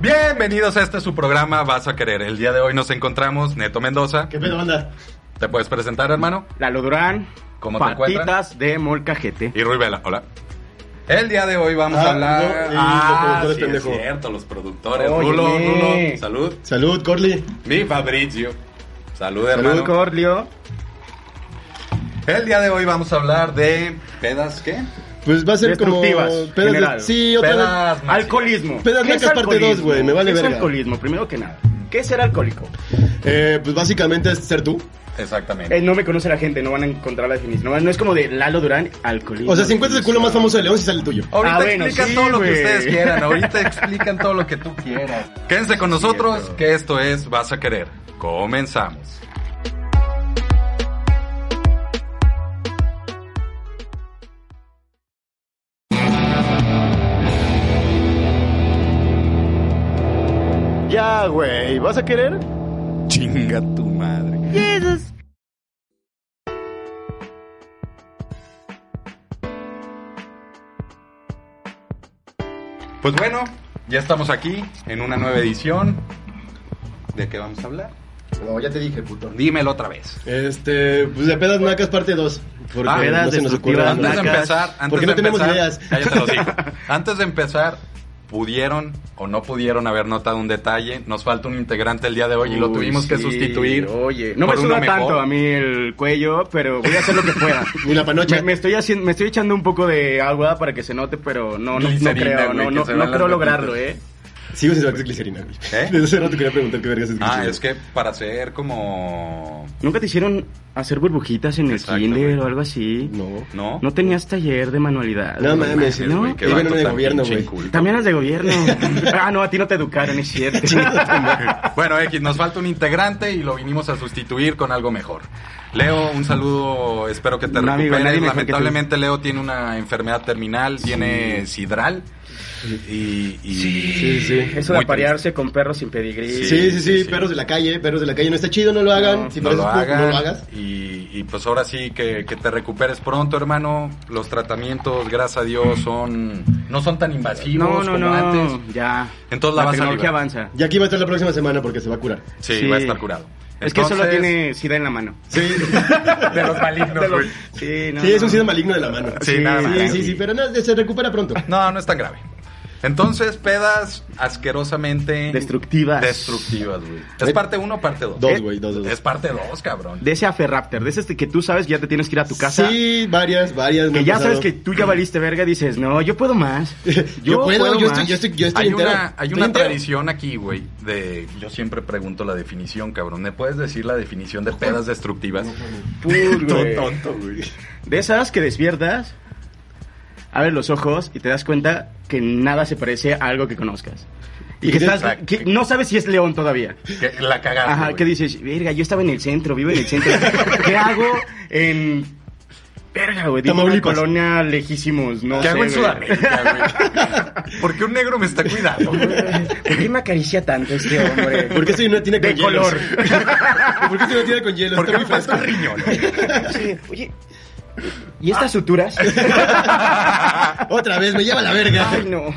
Bienvenidos a este su programa Vas a Querer. El día de hoy nos encontramos Neto Mendoza. ¿Qué pedo, banda? ¿Te puedes presentar, hermano? Lalo Durán. ¿Cómo te patitas de molcajete. Y Rui Vela, hola. El día de hoy vamos Ah, a hablar. no, y ah, los productores, sí, es pendejo. cierto, los productores. Oye. Rulo, Rulo, salud. Salud, Corley. Mi Fabrizio. Salud, Salud, hermano. Corlio. El día de hoy vamos a hablar de pedas, ¿qué? Pues va a ser como. Destructivas, pedas de- general. Sí, otra vez. pedas. Alcoholismo. Pedas ¿Qué es locas parte alcoholismo? dos, güey, me vale ¿Qué verga. es alcoholismo? Primero que nada. ¿Qué es ser alcohólico? Eh, pues básicamente es ser tú. Exactamente. Eh, no me conoce la gente, no van a encontrar la definición. No, no es como de Lalo Durán, alcoholismo. O sea, si encuentras el culo más famoso de León, si sale el tuyo. Ahorita Ah, bueno, explican sí, todo lo que güey. ustedes quieran. Ahorita explican todo lo que tú quieras. Quédense con nosotros, que esto es Vas a Querer. Comenzamos. Ya, güey. ¿Vas a querer? Chinga tu madre. Pues bueno, ya estamos aquí en una nueva edición. ¿De qué vamos a hablar? No, ya te dije, puto. Dímelo otra vez. Este, pues de pedas nacas parte 2. Porque Ah, pedas no se nos ocurre. destructivas, Antes nada. de Nacas. empezar, antes de Porque no tenemos empezar- ideas. Cállate los hijos. Antes de empezar, pudieron o no pudieron haber notado un detalle. Nos falta un integrante el día de hoy y lo Uy, tuvimos que sí, sustituir. Oye, no me por uno suda mejor. tanto a mí el cuello, pero voy a hacer lo que pueda. Ni la panocha. Me, me estoy haciendo, me estoy echando un poco de agua para que se note, pero no, no, no Glicerina, creo, güey, no, que no, se no vean creo las lograrlo, gotitas. eh. Sigo sin saber qué es glicerina, güey. ¿Eh? Desde hace rato quería preguntar qué vergas es glicerina. Ah, es que para ser como... ¿Nunca te hicieron hacer burbujitas en el Exacto, kinder güey. o algo así? No. ¿No? No tenías taller de manualidad. No mames, ¿no? güey, qué Iban vato en el tan gobierno, pinche güey. inculto. También eres de gobierno. ah, no, a ti no te educaron, es cierto. Bueno, X, nos falta un integrante y lo vinimos a sustituir con algo mejor. Leo, un saludo, espero que te Un amigo, recuperes. nadie mejor que tú. Lamentablemente Leo tiene una enfermedad terminal, tiene sidral y... y- Sí, sí. Eso de Muy aparearse con perros sin pedigrí. Sí, Sí, sí, sí, sí, sí. perros de la calle, perros de la calle. No está chido, no lo hagan. No, si no pareces lo puto, hagan. no lo hagas. Y, y pues ahora sí, que, que te recuperes pronto, hermano. Los tratamientos, gracias a Dios, son no son tan invasivos No, no, como no. antes. Ya. Entonces la la vas a tecnología librar. avanza. Y aquí va a estar la próxima semana porque se va a curar. Sí, Sí. va a estar curado. Es que solo Entonces, tiene sida en la mano. Sí, De los malignos, güey. Sí, no, sí es no. un sida maligno de la mano. Sí, nada más. Sí, sí, sí, pero no, se recupera pronto. No, no es tan grave. Entonces, pedas asquerosamente Destructivas. destructivas, güey. ¿Es parte 1 o parte 2? Dos, güey, dos, dos. dos. Es parte 2, cabrón. De ese aferrapter, de ese este que tú sabes que ya te tienes que ir a tu casa. Sí, varias, varias. me Que han ya pasado. sabes que tú ya valiste verga y dices, no, yo puedo más. Yo, puedo, yo estoy, yo estoy, yo estoy hay entero. una, hay Estoy una entero. tradición aquí, güey, de... Yo siempre pregunto la definición, cabrón. ¿Me puedes decir la definición de pedas destructivas? Pur, güey. Tonto, güey. De esas que despiertas, abres los ojos y te das cuenta que nada se parece a algo que conozcas. Y que, estás, Exacto. que no sabes si es león todavía. Que la cagaste, Ajá, güey. que dices, verga, yo estaba en el centro, vivo en el centro. ¿Qué hago en... Verga, güey, digo, una Tamaulipas. colonia lejísimos, no ¿Qué sé, hago en güey. Sudamérica, güey? ¿Por qué un negro me está cuidando, güey? ¿Por qué me acaricia tanto este hombre? ¿Por qué estoy en una tienda con De hielo? color. ¿Por qué estoy en una tienda con hielo? ¿Por qué Está me muy falta fresco. un riñón? Sí, oye, ¿y estas suturas? Ah. Otra vez, me lleva la verga. Ay, no.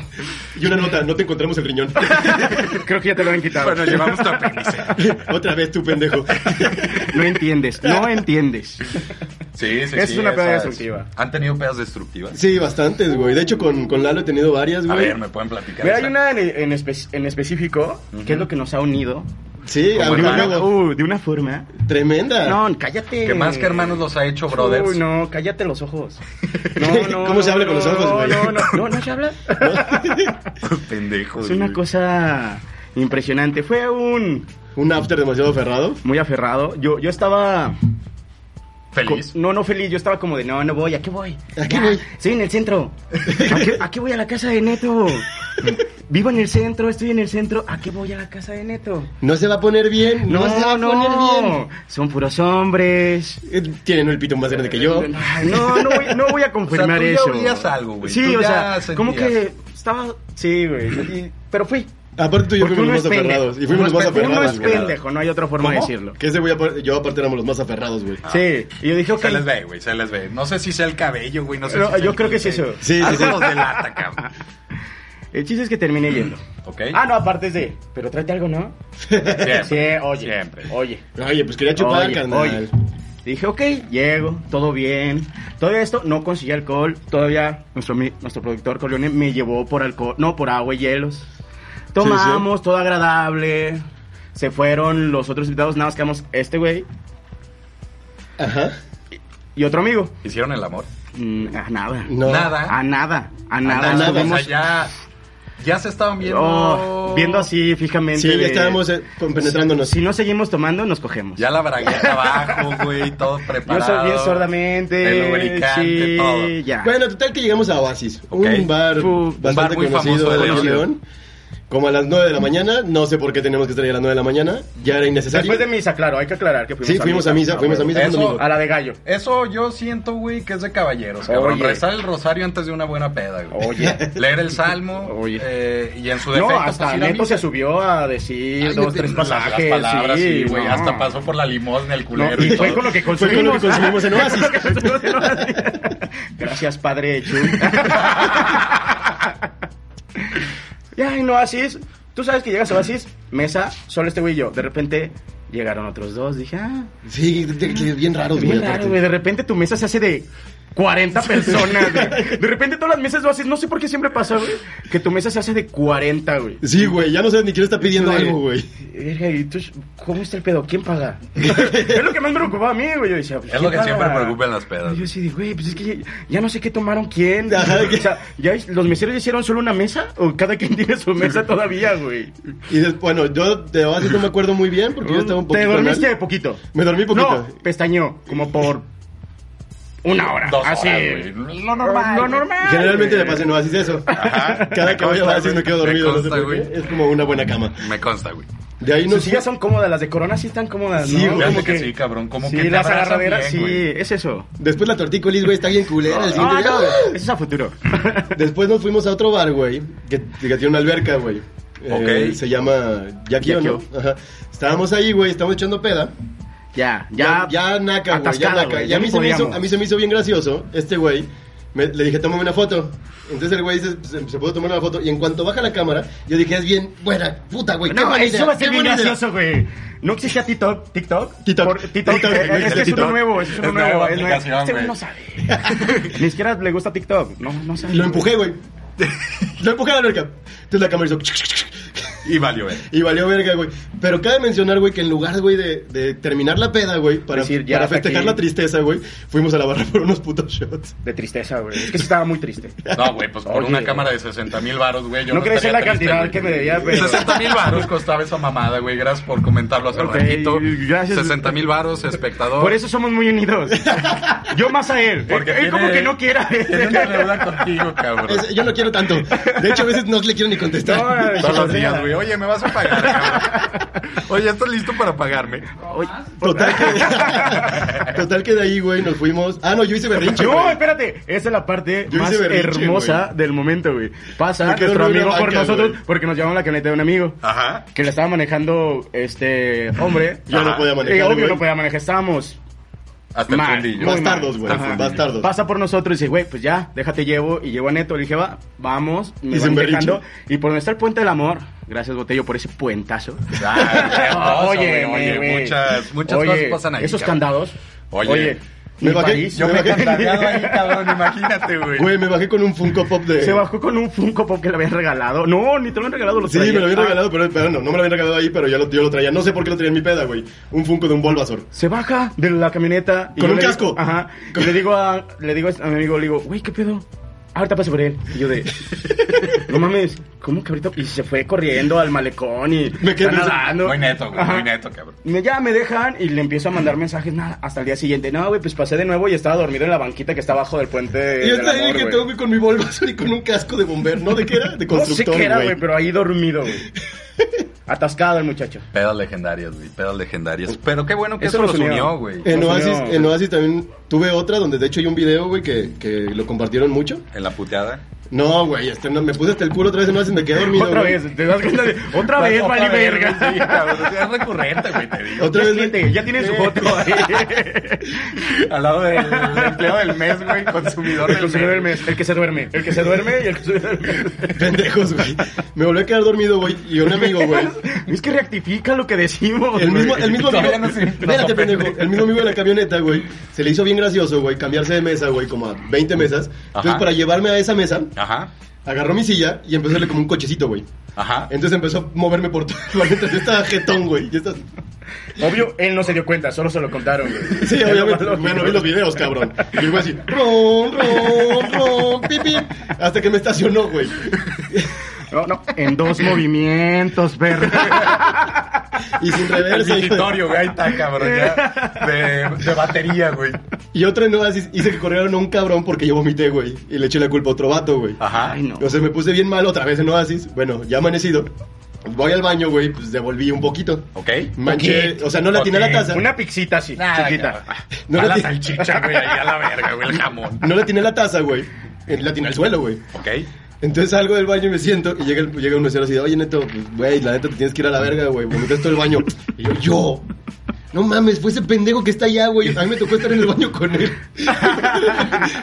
Y una nota, no te encontramos el riñón. Creo que ya te lo han quitado. Bueno, llevamos tu apéndice. Otra vez, tú pendejo. No entiendes, no entiendes. Sí, sí, Es sí, una peda esas- destructiva. ¿Han tenido pedas destructivas? Sí, bastantes, güey. De hecho, con, con Lalo he tenido varias, A güey. ver, ¿me pueden platicar? Mira, hay esa? una en, en espe- en específico que es lo que nos ha unido. Sí, Como abrió hermano. luego. Uh, de una forma. Tremenda. No, cállate. Que más que hermanos los ha hecho brothers. Uy, no, cállate los ojos. ¿Cómo se habla con los ojos, güey? No, no, no, no se habla. Pendejo. Es una güey. cosa impresionante. Fue un Un after demasiado aferrado. muy aferrado. Yo, yo estaba. Feliz. co- No, no feliz. Yo estaba como de no, no voy. ¿A qué voy? ¿A qué Ya, voy? Estoy en el centro. ¿A qué, a qué voy a la casa de Neto? Vivo en el centro, estoy en el centro. ¿A qué voy a la casa de Neto? No se va a poner bien. No, se va a poner Son puros hombres. bien. Eh, Tienen el pito más grande que yo. Ay, No, no voy, no voy a confirmar tú ya eso. olías algo, güey. Sí, Tú o ya sea, sentías. como que estaba. Sí, güey. y- Pero fui. Aparte tú y yo Porque fuimos uno los es más aferrados. pendejo. Y fuimos los Uno más es Uno aferrados, es güey. pendejo, no hay otra forma de ¿Cómo? Ah. decirlo. Que ese güey, aparte- yo aparte éramos los más aferrados, güey. Sí, y yo dije, ok. Se les ve, güey, se les ve. No sé si sea el cabello, güey, no sé Pero si sea yo el creo que cliente. es eso. Sí, sí, Algo sí. nos delata, cabrón. El chiste es que terminé yendo. ¿Ok? Ah, no, aparte es de, pero tráete algo, ¿no? Siempre, Sí, oye, siempre. oye. Oye, pues quería chupar, Oye, carnal. oye. Dije, ok, llego, todo bien. Todo esto, no conseguí alcohol. Todavía nuestro, mi- nuestro productor Corleone me llevó por alcohol, no, por agua y hielos. Tomamos, todo agradable. Se fueron los otros invitados, nada más quedamos este güey Ajá. y otro amigo. ¿Hicieron el amor? Mm, a nada. No. Nada. A nada, a nada. Nada, o sea, Estuvimos- ya, ya se estaban viendo. Oh, viendo así fijamente. Sí, de- ya estábamos eh, compenetrándonos. Si no seguimos tomando, nos cogemos. Ya la bragueta abajo, güey, todo Yo preparado. soy bien sordamente. El lubricante, sí, todo. ya. Bueno, total que llegamos a Oasis, Ok. un bar Fu- un bastante bar muy conocido famoso de de León. León. León. Como a las 9 de la mañana, no sé por qué tenemos que salir a las 9 de la mañana, ya era innecesario. Después de misa, claro, hay que aclarar que fuimos Sí, a fuimos a misa, fuimos a misa un Eso- domingo. A la de gallo. Eso yo siento, güey, que es de caballeros, cabrón. Oye. Rezar el rosario antes de una buena peda, güey. Oye. Leer el salmo. Oye. eh, y en su No, defecto, hasta pues, ir a Neto misa. se subió a decir Ay, dos, de- tres las- las pasajes. palabras, sí, güey. no. Hasta pasó por la limosna el No, culero. y y fue todo. con lo que Fue con lo consumimos. que consumimos en Oasis. Gracias, padre Chuy. ya, y no, así es. Tú sabes que llegas a Oasis, mesa, solo este güey y yo. De repente llegaron otros dos. Dije, ah, Sí, de- que bien raros, bien güey. raro, aparte. güey. De repente tu mesa se hace de 40 personas, güey. De repente todas las mesas de Oasis, no sé por qué siempre pasa, güey, que tu mesa se hace de 40, güey. Sí, güey, ya no sabes ni quién está pidiendo Sí. algo, güey. Verga, ¿y tú cómo está el pedo? ¿Quién paga? es lo que más me preocupaba a mí, güey. Yo decía, pues, Es lo ¿quién que siempre paga? preocupa en las pedas. Y yo así de, güey, pues es que ya, ya no sé qué tomaron quién. Ajá, O que- sea, ¿ya es- ¿los meseros hicieron solo una mesa? ¿O cada quien tiene su mesa todavía, güey? Y des- bueno, yo de Oasis no me acuerdo muy bien porque yo estaba un poquito ¿Te dormiste mal. poquito? Me dormí poquito. No, pestañó, como por una hora. Dos así. horas, güey. Lo normal. Ah, Lo normal. Generalmente güey. le pasa en Oasis eso. Ajá. Cada Me que voy a consta, Oasis me güey. quedo Me dormido, no sé consta, por qué. güey. Es como una buena cama. Me consta, güey. De ahí Sus nos sillas son cómodas, las de Corona sí están cómodas, Sí, ¿no? güey. Fíjate que sí, cabrón, como sí, que te las abrazan bien, agarraderas, sí, güey. es eso. Después la tortícolis, güey, está bien culera. el siguiente Ah, día, no, ¡ah! eso es a futuro. Después nos fuimos a otro bar, güey, que, que tiene una alberca, güey. Eh, Ok. se llama Yaquio, ¿no? Yaquio. Ajá. Estábamos ahí, güey, estábamos echando peda. ya, ya. ya naca, güey, ya atascado, naca. güey, Y ya a mí, no se me hizo, podíamos. a mí se me hizo bien gracioso, este güey. me- le dije, tómame una foto. Entonces el güey dice, "Pues, em, se, se pudo tomar una foto. Y en cuanto baja la cámara, yo dije, es bien buena, puta, güey. qué No, buena eso idea, va a ser qué bien buena idea". gracioso, güey. No existía TikTok. TikTok. TikTok. Por- TikTok. TikTok, eh, güey, el es que es uno TikTok. nuevo, es uno Es nuevo. nueva es nuevo. aplicación, Este güey. güey no sabe. Ni siquiera le gusta TikTok. No, no sabe. Lo empujé, güey. Lo empujé a la alberca. Entonces la cámara hizo... Y valió, güey. Y valió verga, güey. Pero cabe mencionar, güey, que en lugar, güey, de, de terminar la peda, güey, para, Decir, ya para hasta festejar aquí. la tristeza, güey, fuimos a la barra por unos putos shots. De tristeza, güey. Es que sí estaba muy triste. No, güey, pues por Oye. una cámara de 60 mil baros, güey. yo No quería decir estaría la cantidad güey. que me debía, pero- 60 mil baros costaba esa mamada, güey. Gracias por comentarlo hace Ok, ratito. gracias. 60 mil baros, espectador. Por eso somos muy unidos. Yo más a él. Porque él, tiene- como que no quiera. eh. Tiene una deuda contigo, cabrón. Es- yo no quiero tanto. De hecho, a veces no le quiero ni contestar. No, Todos los días, güey. Oye, me vas a pagar, cabrón. Oye, ¿estás listo para pagarme? Oye, Total que, total que de ahí, güey, nos fuimos. Ah, no, yo hice berrinche. No, güey. espérate. Esa es la parte Yo hice más berrinche, hermosa del momento, güey. Pasa Me quedo nuestro en una amigo por banca, nosotros güey. porque nos llevamos la camioneta de un amigo. Ajá. Que la estaba manejando este hombre. Yo no podía manejar. Eh, obvio güey. no podía manejar. Estábamos. Hasta el Mal. fundillo. Muy mal. Bastardos, güey. Ajá. Bastardos. Pasa por nosotros y dice, güey, pues ya, déjate llevo. Y llevo a Neto. Le dije, va, vamos. Y Me van sin berrinche. dejando. Y por donde está el puente del amor. Gracias, Botello, por ese puentazo. Ah, oye, oye, güey. muchas, muchas Oye, cosas pasan ahí. Esos cabrón. candados. Oye, me mi bajé- país. Yo me he bajé- contagiado ahí, cabrón, imagínate, güey. Güey, me bajé con un Funko Pop de. Se bajó con un Funko Pop que le habían regalado. No, ni te lo habían regalado. Lo Sí, me traía. lo habían Ah, regalado, pero, pero no, no me lo habían regalado ahí, pero yo lo, yo lo traía. No sé por qué lo traía en mi peda, güey. Un Funko de un Bulbasaur. Se baja de la camioneta. Con yo un le digo- casco. ajá. Y le digo a, le digo a mi amigo, le digo, güey, ¿qué pedo? Ah, Ahorita paso por él. Y yo de, no mames, ¿cómo que ahorita? Y se fue corriendo al malecón y Me quedé está pensando- nadando. Muy neto, güey. Ajá. Muy neto, cabrón. Me- Ya me dejan y le empiezo a mandar mensajes nada, hasta el día siguiente. No, güey, pues pasé de nuevo y estaba dormido en la banquita que está abajo del puente. Y yo del estaba ahí amor, que güey. tengo que ir con mi Bulbasaur y con un casco de bombero. ¿No? ¿De qué era? De No sé constructor, qué era, güey. güey, pero ahí dormido, güey. Atascado el muchacho. Pedas legendarias, güey. Pedas legendarias. Pero qué bueno que Eso eso, nos los unió, unió. güey. En No, Oasis, no. en Oasis también tuve otra donde de hecho hay un video, güey, que, que lo compartieron mucho. En la puteada. No, güey, este, no, me puse hasta el culo otra vez en una vez y me quedé dormido. otra güey. vez, te das cuenta de- otra vez, vale verga. Sí, cabrón, o sea, es recurrente, güey, te digo. Otra Ya vez, güey. tiene- ya tiene su foto ahí. Al lado del empleado del mes, güey, consumidor El del que se mes. duerme, el que se duerme, el que se duerme y el que se duerme. Pendejos, güey. Me volví a quedar dormido, güey. Y un amigo, güey. Es que rectifica lo que decimos. El mismo, güey. el mismo amigo. Todavía no se- no, Espérate, pendejo. pendejo. El mismo amigo de la camioneta, güey. Se le hizo bien gracioso, güey, cambiarse de mesa, güey, como a 20 mesas. Entonces, Ajá. para llevarme a esa mesa, Ajá, agarró mi silla y empezó a hacerle como un cochecito, güey. ajá. Entonces empezó a moverme por todo. el lugar mientras Yo estaba jetón, güey. Yo estaba- Obvio, él no se dio cuenta, solo se lo contaron. güey. Sí, obviamente. Bueno, vi los videos, cabrón. Y el güey así, ron, ron, ron, pip, pip, Hasta que me estacionó, güey. No, no, en dos movimientos, perro. Y sin El reversa. hijo de- visitorio, güey, ahí está, cabrón, ya. De, de batería, güey. Y otra no, así hice que corrieron a un cabrón porque yo vomité, güey. Y le eché la culpa a otro vato, güey. Ajá. Ay, no. O sea, me puse bien mal otra vez en Oasis. Bueno, ya amanecido. Voy al baño, güey, pues devolví un poquito. ¿Ok? Manché, o sea, no le atiné a la Ok. taza. Una pixita así, chiquita. No No le a la di- salchicha, güey, ahí a la verga, güey, el jamón. No le atiné a la taza, güey. Eh, Le atiné al suelo, güey. ¿Ok? Entonces salgo del baño y me siento. Y llega, el- llega un mesero así de, oye, neto, pues, güey, la neta te tienes que ir a la verga, güey. Vomitaste todo el baño. Y yo, yo. No mames, fue ese pendejo que está allá, güey. A mí me tocó estar en el baño con él.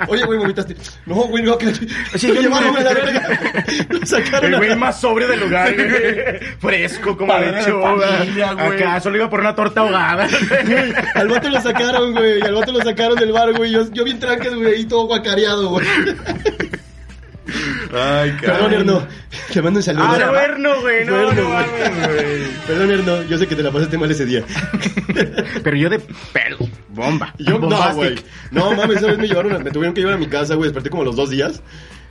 Oye, güey, vomitaste. No, güey, no, que. Sí, Lo yo- llevaron a la verga. Lo sacaron El a- güey más sobrio del lugar, güey. Fresco, como Padre de lechuga. familia, güey. Acá solo iba por una torta ahogada. Güey, al vato lo sacaron, güey. Al vato lo sacaron del bar, güey. Yo, yo bien tranques, güey, ahí todo guacareado, güey. Ay, Perdón, Erno. Te mando un saludo. Ah, no, Erno, güey. No, Erno, no güey. mames, güey. Perdón, Erno. Yo sé que te la pasaste mal ese día. Pero yo de pelo. Bomba. Yo, no, Bombastic. Ah, güey. No, mames, esa vez me llevaron, a- me tuvieron que llevar a mi casa, güey. Desperté como los dos días.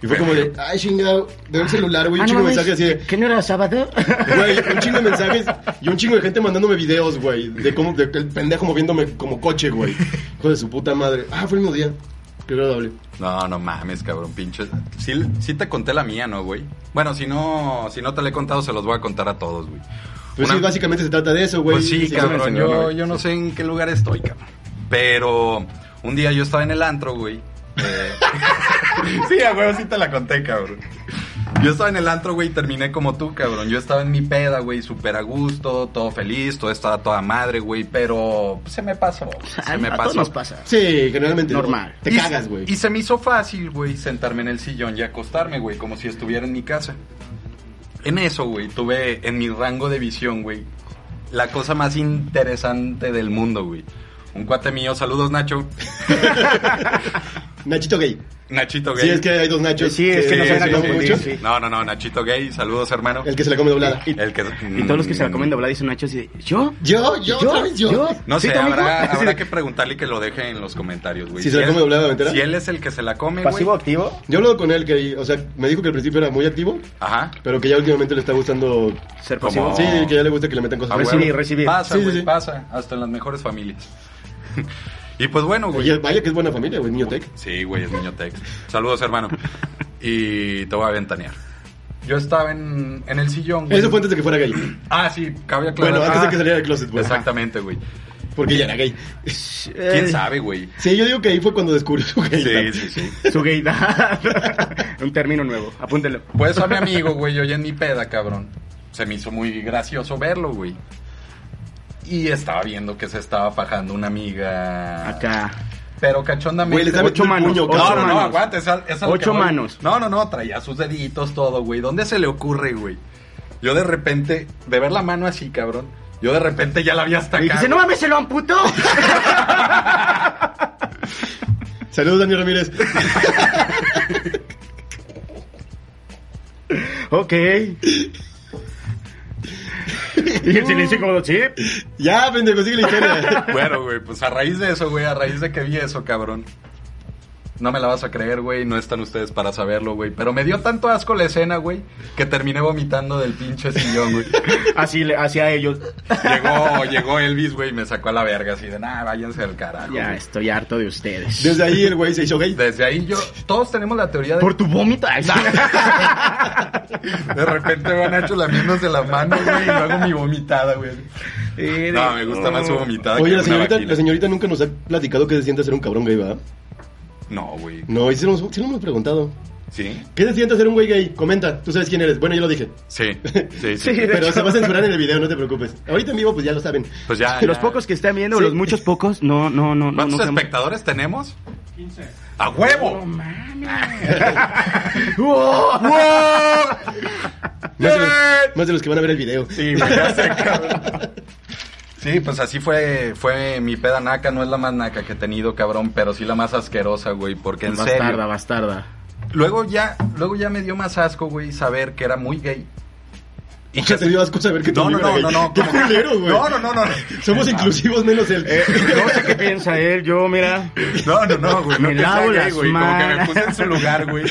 Y fue como de, ay, chingado. Veo el celular, güey. Un Ah, chingo de mames, mensajes así de, ¿Que no era sábado? Güey, un chingo de mensajes y un chingo de gente mandándome videos, güey, de cómo de el pendejo moviéndome como coche, güey. Hijo de su puta madre. Ah, fue el mismo día. Qué agradable. No, no mames, cabrón, pinche. Sí, sí te conté la mía, ¿no, güey? Bueno, si no, si no te la he contado, se los voy a contar a todos, güey. Pues Una- sí, básicamente se trata de eso, güey. Pues sí, eso me cabrón, enseñaron, yo, güey. yo no sé en qué lugar estoy, cabrón. Pero un día yo estaba en el antro, güey. eh, sí, a huevo sí te la conté, cabrón. Yo estaba en el antro, güey, y terminé como tú, cabrón. Yo estaba en mi peda, güey, súper a gusto, todo feliz, todo estaba toda madre, güey, pero se me pasó. güey, Se Ay, me a pasó. todos nos pasa. Sí, generalmente. Normal. Te Y- cagas, güey. Y se me hizo fácil, güey, sentarme en el sillón y acostarme, güey, como si estuviera en mi casa. En eso, güey, tuve en mi rango de visión, güey, la cosa más interesante del mundo, güey. Un cuate mío, saludos Nacho, Nachito gay. Nachito gay. Sí, es que hay dos Nachos. Sí, es que que no se van a sí, confundir, mucho. sí. No, no, no, Nachito gay, saludos hermano. El que se la come doblada. Y- El que- mm, Y todos los que se la comen doblada dicen Nacho así de, ¿yo? Yo, yo, otra vez yo. No ¿Sí, sé, tu amigo? habrá, Así habrá de- que preguntarle y que lo deje en los comentarios, güey. Si se la él- come doblada, ¿me entera? Si él es el que se la come, güey. ¿Pasivo activo? Yo hablo con él, que, o sea, me dijo que al principio era muy activo, Ajá. pero que ya últimamente le está gustando. Ser Como- pasivo. Sí, que ya le gusta que le metan Ah, cosas. Pues, güey. Recibir, recibir. Pasa, Sí, sí, güey, sí. pasa. Hasta en las mejores familias. y pues bueno, güey. Oye, vaya que es buena familia, güey, Niño Tech. Sí, güey, es niño Tex. Saludos, hermano. Y te voy a ventanear. Yo estaba en, en el sillón, güey. Eso fue antes de que fuera gay. Ah, sí, cabía claro. Bueno, antes de que saliera del closet, güey. Exactamente, güey. Porque ya era gay. eh, ¿Quién sabe, güey? Sí, yo digo que ahí fue cuando descubrió su gay. Sí, sí, sí. Su gaydad. Un término nuevo, apúntelo. Pues a mi amigo, güey, yo ya en mi peda, cabrón. Se me hizo muy gracioso verlo, güey. Y estaba viendo que se estaba fajando una amiga. Acá. Pero cachondamente. Güey, le estaba Ocho metiendo el manos, puño, ocho No, cabrón. no, no, manos. aguante, esa, esa es lo Ocho que voy. manos. No, no, no, traía sus deditos, todo, güey. ¿Dónde se le ocurre, güey? Yo de repente, de ver la mano así, cabrón, yo de repente ya la había hasta Y acá. dice, no güey. mames, se lo amputó. Saludos, Dani Ramírez. ok. Y el silencio como, sí. ya, pendejo, sigue la historia. Bueno, güey, pues a raíz de eso, güey, a raíz de que vi eso, cabrón. No me la vas a creer, güey, no están ustedes para saberlo, güey. Pero me dio tanto asco la escena, güey, que terminé vomitando del pinche sillón, güey. Así le, hacia ellos. llegó, llegó Elvis, güey, y me sacó a la verga así de, nah, váyanse al carajo. Ya güey". estoy harto de ustedes. Desde ahí el güey se hizo gay. Desde ahí yo, todos tenemos la teoría de Por tu vómito. Ay, sí. De repente van Nacho lamiéndose la mano, güey, y yo hago mi vomitada, güey. No, me gusta más su vomitada Oye, que la una señorita, vagina. la señorita nunca nos ha platicado que se siente ser un cabrón gay, ¿verdad? No, güey. No, y sí nos, sí nos hemos preguntado. ¿Sí? ¿Qué se siente ser un güey gay? Comenta, tú sabes quién eres. Bueno, yo lo dije. Sí, sí, sí. Sí. de Pero hecho. se va a censurar en el video, no te preocupes. Ahorita en vivo, pues ya lo saben. Pues ya. Los ya. pocos que están viendo, Sí. los muchos pocos, no, no, no. no, ¿Cuántos no seamos- espectadores tenemos? 15. ¡A huevo! ¡Wow! Más de, los, más de los que van a ver el video. Sí, güey, ya sé, cabrón. Sí, pues así fue, fue mi peda naca, no es la más naca que he tenido, cabrón, pero sí la más asquerosa, güey, porque en serio. Bastarda, bastarda. Luego ya, luego ya me dio más asco, güey, saber que era muy gay. Y Ya te dio asco saber que tu No, no, amigo no, era no, gay. no. Qué como- culero, güey. No, no, no, no. Somos inclusivos menos él. Eh. No sé qué piensa él, yo, mira. No, no, no, güey. No Me que sea lavo gay, las güey. Como que me manos. puse en su lugar, güey.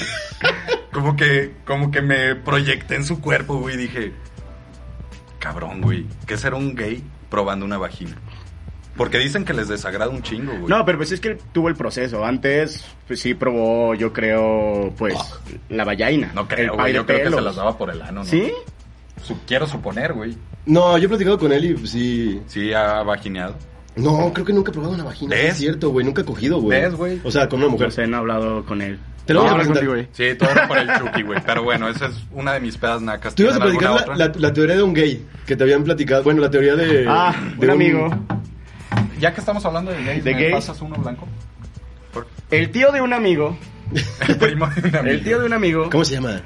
Como que, como que me proyecté en su cuerpo, güey. Dije, cabrón, güey. ¿Qué será un gay probando una vagina? Porque dicen que les desagrada un chingo, güey. No, pero pues es que él tuvo el proceso. Antes, pues sí probó, yo creo, pues, la vallaina. Oh. No el creo, pay güey. de Yo creo que se pelos. las daba por el ano, ¿no? ¿Sí? Su- quiero suponer, güey. No, yo he platicado con él y pues, sí. Sí, ha vagineado. No, creo que nunca he probado una vagina. ¿Ves? Es cierto, güey. Nunca he cogido, güey. ¿Ves, güey? O sea, con una mujer. No sé, no he hablado con él. Ah, Te lo vamos a No, habla presentar. contigo, Sí, todo era por el chuki, güey. Pero bueno, esa es una de mis pedas nacas. Tú ibas a ¿Tienen alguna platicar la, otra? la- la teoría de un gay que te habían platicado. Bueno, la teoría de. Ah, de un amigo. Ya que estamos hablando de gays, ¿De ¿me gays? pasas uno blanco? Por- El tío de un amigo. El primo de un amigo. El tío de un amigo. ¿Cómo se llama?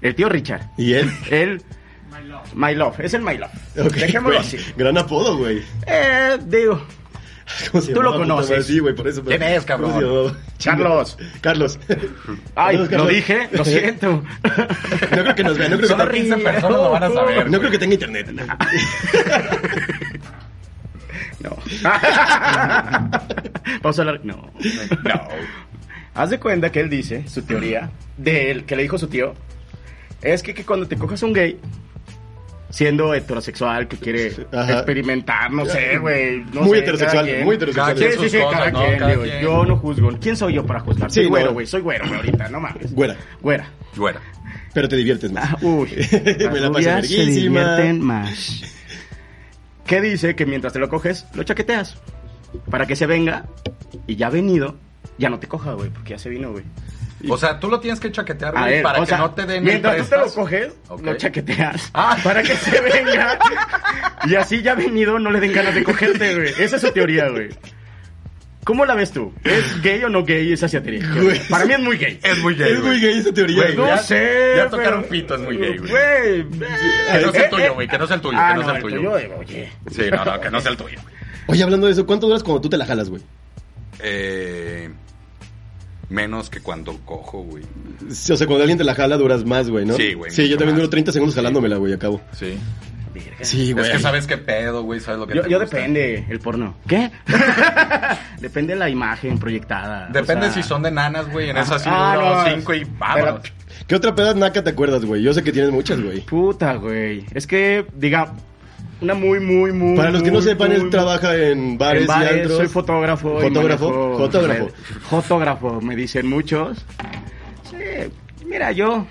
El tío Richard. ¿Y él? El. My love, es el My Love. Ok, güey. Dejémoslo así. Gran apodo, güey. Eh, digo, ¿Cómo se Tú lo llamaba, puta conoces. madre? Sí, güey, por eso. ¿Quién es, cabrón? ¿Cómo se llamaba? Carlos. Carlos. ay, Saludos, lo Carlos. dije, lo siento. No creo que nos vea, no creo que, Solo 15 personas lo van a saber. no güey. creo que tenga internet. No. Vamos a hablar. No. No. Haz de cuenta que él dice, su teoría, del que le dijo su tío, es que, que cuando te cojas un gay, siendo heterosexual, que quiere Ajá. experimentar, no sé, güey. no Muy sé, heterosexual, cada quien. muy heterosexual. Cada Sí, quien sí, sus sí, cosas, cada ¿no? quien, Cada digo, quien. Yo no juzgo. ¿Quién soy yo para juzgar? Soy Sí, güero, no. güey. Soy güero, güey, ahorita, no mames. Güera, Güera. Güera. pero te diviertes más. Ah, Uy, Me la las paso rubias se verguísima. divierten más. ¿Qué dice? Que mientras te lo coges, lo chaqueteas. Para que se venga y ya venido, ya no te coja, güey, porque ya se vino, güey. O sea, tú lo tienes que chaquetear, A güey, él, para o que sea, no te den Mientras tú te lo emprestas. coges, Ok. lo chaqueteas. Ah. Para que se venga. y así ya venido, no le den ganas de cogerte, güey. Esa es su teoría, güey. ¿Cómo la ves tú? ¿Es gay o no gay esa teoría? Güey. Para mí es muy gay. Es muy gay. Es muy gay esa teoría, Güey, güey. No ya- sé. ya tocaron pito, es muy gay, güey. Que no eh, sea eh, el tuyo, eh. güey. Que no sea el tuyo. Ah, que no sea el tuyo. güey. digo, oye. Sí, no, no, que no sea el tuyo. güey. Oye, hablando de eso, ¿cuánto duras cuando tú te la jalas, güey? Eh, menos que cuando cojo, güey. O sea, cuando alguien te la jala duras más, güey, ¿no? Sí, güey, Sí, yo mucho también más. duro 30 segundos jalándomela, güey, acabo. Sí. Verga. Sí, güey. Es que sabes qué pedo, güey. Sabes lo que Yo, te yo gusta. depende el porno. ¿Qué? depende la imagen proyectada. o Depende si sea- son de nanas, güey. En esas sí, Ah, duro no, cinco y pero- vámonos. ¿Qué otra peda naca te acuerdas, güey? Yo sé que tienes muchas, güey. Puta, güey. Es que, diga, una muy, muy, muy. Para los que no muy, sepan, muy- él trabaja en bares, en bares, y antros. soy fotógrafo. y Fotógrafo, manejo- fotógrafo. Fotógrafo, me dicen muchos. Sí, mira, yo.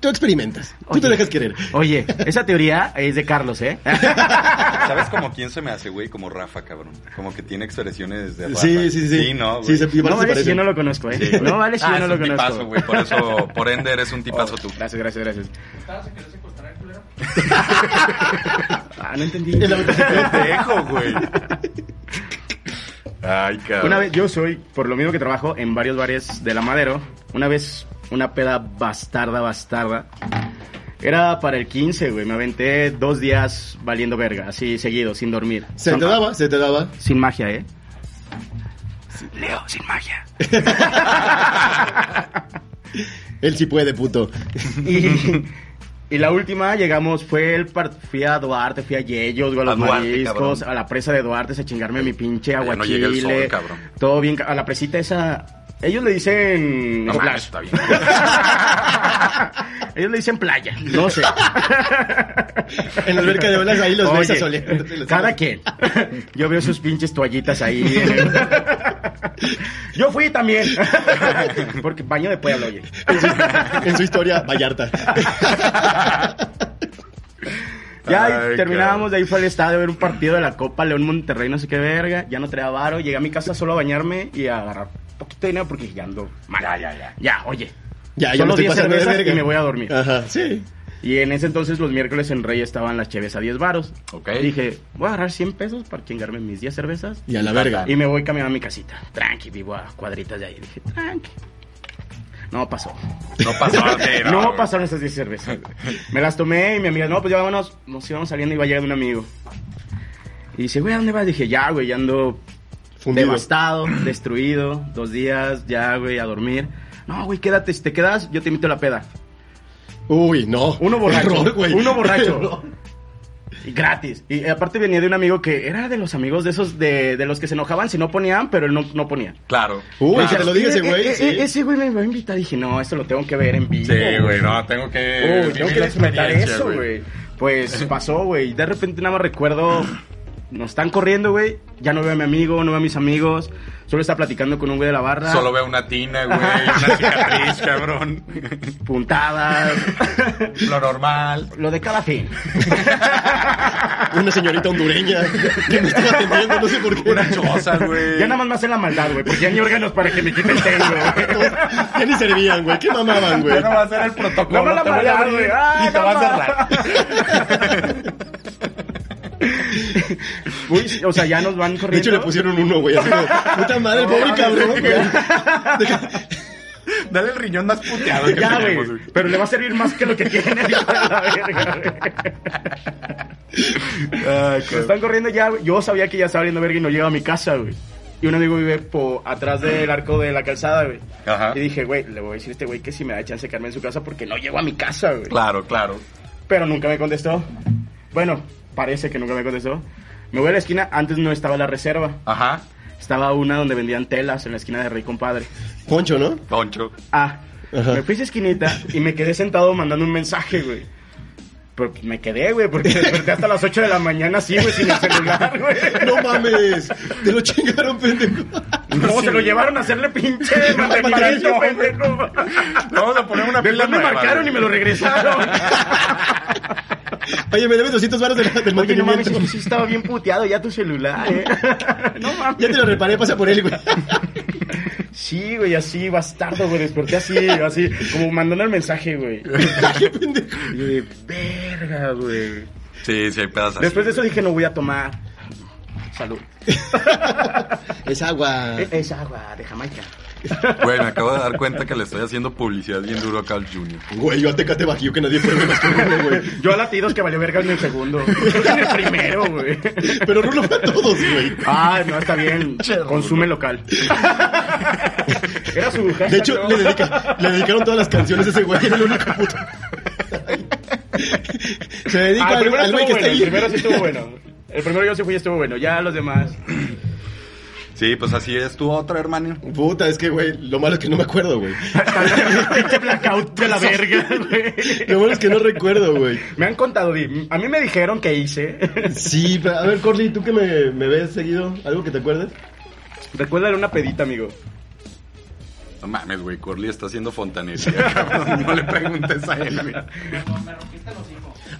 Tú experimentas. Tú Oye. te dejas querer. Oye, esa teoría es de Carlos, ¿eh? ¿Sabes como quién se me hace, güey? Como Rafa, cabrón. Como que tiene expresiones de Rafa. Sí, sí, sí. Sí, no, Sí, güey. se, y aparte se No vale si parecen. yo no lo conozco, ¿eh? Sí, güey. no vale si Ah, yo no es lo un conozco. tipazo, güey. Por eso, por ende, eres un tipazo Oh, tú. Gracias, gracias, gracias. Ah, no entendí. Es la otra- pendejo, güey. Ay, cabrón. Una vez, yo soy, por lo mismo que trabajo en varios bares de la Madero, una vez una peda bastarda, bastarda. Era para el 15, güey. Me aventé dos días valiendo verga, así seguido, sin dormir. Se te daba, se te daba. Sin magia, ¿eh? Leo, sin magia. Él sí puede, puto. Y, y la última llegamos, fue el par- fui a Duarte, fui a Yellos, güey, a los A Duarte, mariscos, cabrón. a la presa de Duarte, a chingarme mi pinche ya no llega aguachile. el sol, cabrón. todo bien, ca- a la presita esa. Ellos le dicen. No, mames, splash. está bien. güey. Ellos le dicen playa, no sé. En la alberca de olas ahí los ves Oye, asoleándote los Cada ojos. quien. Yo veo sus pinches toallitas ahí. en el- Yo fui también. Porque baño de pueblo, oye. En su historia, Vallarta. Ya Ay, terminábamos, de ahí fue al estadio a ver un partido de la Copa León Monterrey, no sé qué verga. Ya no traía varo, llegué a mi casa solo a bañarme y a agarrar poquito de dinero porque ya ando mal. Ya, ya, ya. Ya, oye. Ya, ya me Solo estoy 10 pasando de cervezas verga. y me voy a dormir. Ajá, sí. Y en ese entonces los miércoles en Rey estaban las cheves a 10 varos. Ok. Dije, voy a agarrar 100 pesos para chingarme mis 10 cervezas. Y a la verga. Y me voy caminando a mi casita. Tranqui, vivo a cuadritas de ahí. Dije, tranqui. No pasó. No pasó. sí, No, güey. pasaron esas 10 cervezas. Me las tomé y mi amiga, no, pues ya vámonos. Nos íbamos saliendo y va llegando un amigo. Y dice, güey, ¿a dónde vas? Dije, ya, güey, ya ando Fundido. devastado, destruido, dos días, ya, güey, a dormir. No, güey, quédate, si te quedas, yo te invito a la peda. Uy, no. Uno borracho. Error, güey. Uno borracho. Error. Y gratis. Y aparte venía de un amigo que era de los amigos de esos, de, de los que se enojaban si no ponían, pero él no, no ponía. Claro. Uy, Ah, que te lo diga ese Eh, eh, güey. eh, sí. Ese güey me va a invitar. Dije, no, esto lo tengo que ver en vivo. Sí, güey, no, tengo Uy, que. tengo vivir que la disfrutar experiencia, eso, güey. Pues pasó, güey. De repente nada más recuerdo. Nos están corriendo, güey. Ya no veo a mi amigo, no veo a mis amigos. Solo está platicando con un güey de la barra. Solo veo una tina, güey, una cicatriz, cabrón. puntadas. Lo normal. lo de cada fin. Una señorita hondureña que me estaba atendiendo, no sé por qué. Una choza, güey. Ya nada más me hacen la maldad, güey. Porque ya ni órganos para que me quiten tengo, güey. Ya ni servían, güey. ¿Qué mamaban, güey? Ya no va a ser el protocolo. No me la te voy a maldad, abrir güey. Ah, y te no vas a ma- cerrar. Uy, o sea, ya nos van corriendo. De hecho, le pusieron uno, güey. Así como, puta madre, el pobre cabrón, güey. Dale el riñón más puteado que Ya, tenemos, güey. Pero le va a servir más que lo que tiene. hijo de la verga, güey. Ay, Nos cabrón. están corriendo ya, güey. Yo sabía que ya estaba abriendo verga y no llegaba a mi casa, güey. Y un amigo vive por atrás del arco de la calzada, güey. Ajá. Y dije, güey, le voy a decir a este güey que si me da chance de quedarme en su casa porque no llego a mi casa, güey. Claro, claro. Pero nunca me contestó. Bueno, parece que nunca me contestó. Me voy a la esquina, antes no estaba la reserva. Ajá. Estaba una donde vendían telas en la esquina de Rey Compadre. Poncho, ¿no? Poncho. Ah, Ajá. me fui a esa esquinita y me quedé sentado mandando un mensaje, güey. Pero pues, me quedé, güey, porque desperté hasta las 8 de la mañana así, güey, sin el celular, güey. No mames. Te lo chingaron, pendejo. No, se lo llevaron a hacerle pinche mantenimiento, pendejo. Vamos a poner una Después me nueva, marcaron y güey. me lo regresaron. Oye, me debes 200 baros del, del Oye, no mames, mantenimiento. sí, sí estaba bien puteado ya tu celular, eh. No mames. Ya te lo reparé, pasa por él, güey. Sí, güey, así, bastardo, güey. Desperté así, así, como mandando el mensaje, güey. Qué pendejo. Y, verga, güey. Sí, sí, hay pedazos. Después de eso dije, no voy a tomar. Salud. Es agua. Eh, Es agua de Jamaica. Güey, me acabo de dar cuenta que le estoy haciendo publicidad bien duro a Carl Jr. Güey, yo a Tecate bajío que nadie puede ver más que uno, güey. Yo a latidos que valió verga en el segundo. Yo en el primero, güey. Pero Rulo fue a todos, güey. Ah, no, está bien. Consume local. Era su hashtag, De hecho, ¿no? Ah, le, dedica- le dedicaron todas las canciones a ese güey. Era el único puto. Se dedica Ah, el al, primero al estuvo güey que bueno, está el ahí. primero sí estuvo bueno. El primero yo sí fui y estuvo bueno. Ya los demás. Sí, pues así es tu otra, hermano. Puta, es que, güey, lo malo es que no me acuerdo, güey. Pinche blackout de la verga, güey. Lo malo es que no recuerdo, güey. Me han contado, Di. A mí me dijeron que hice. Sí, pero a ver, Corley, ¿tú que me, me ves seguido? ¿Algo que te acuerdes? Recuérdale una pedita, amigo. No mames, güey, Curly está haciendo fontanería, cabrón. No le preguntes a él, güey.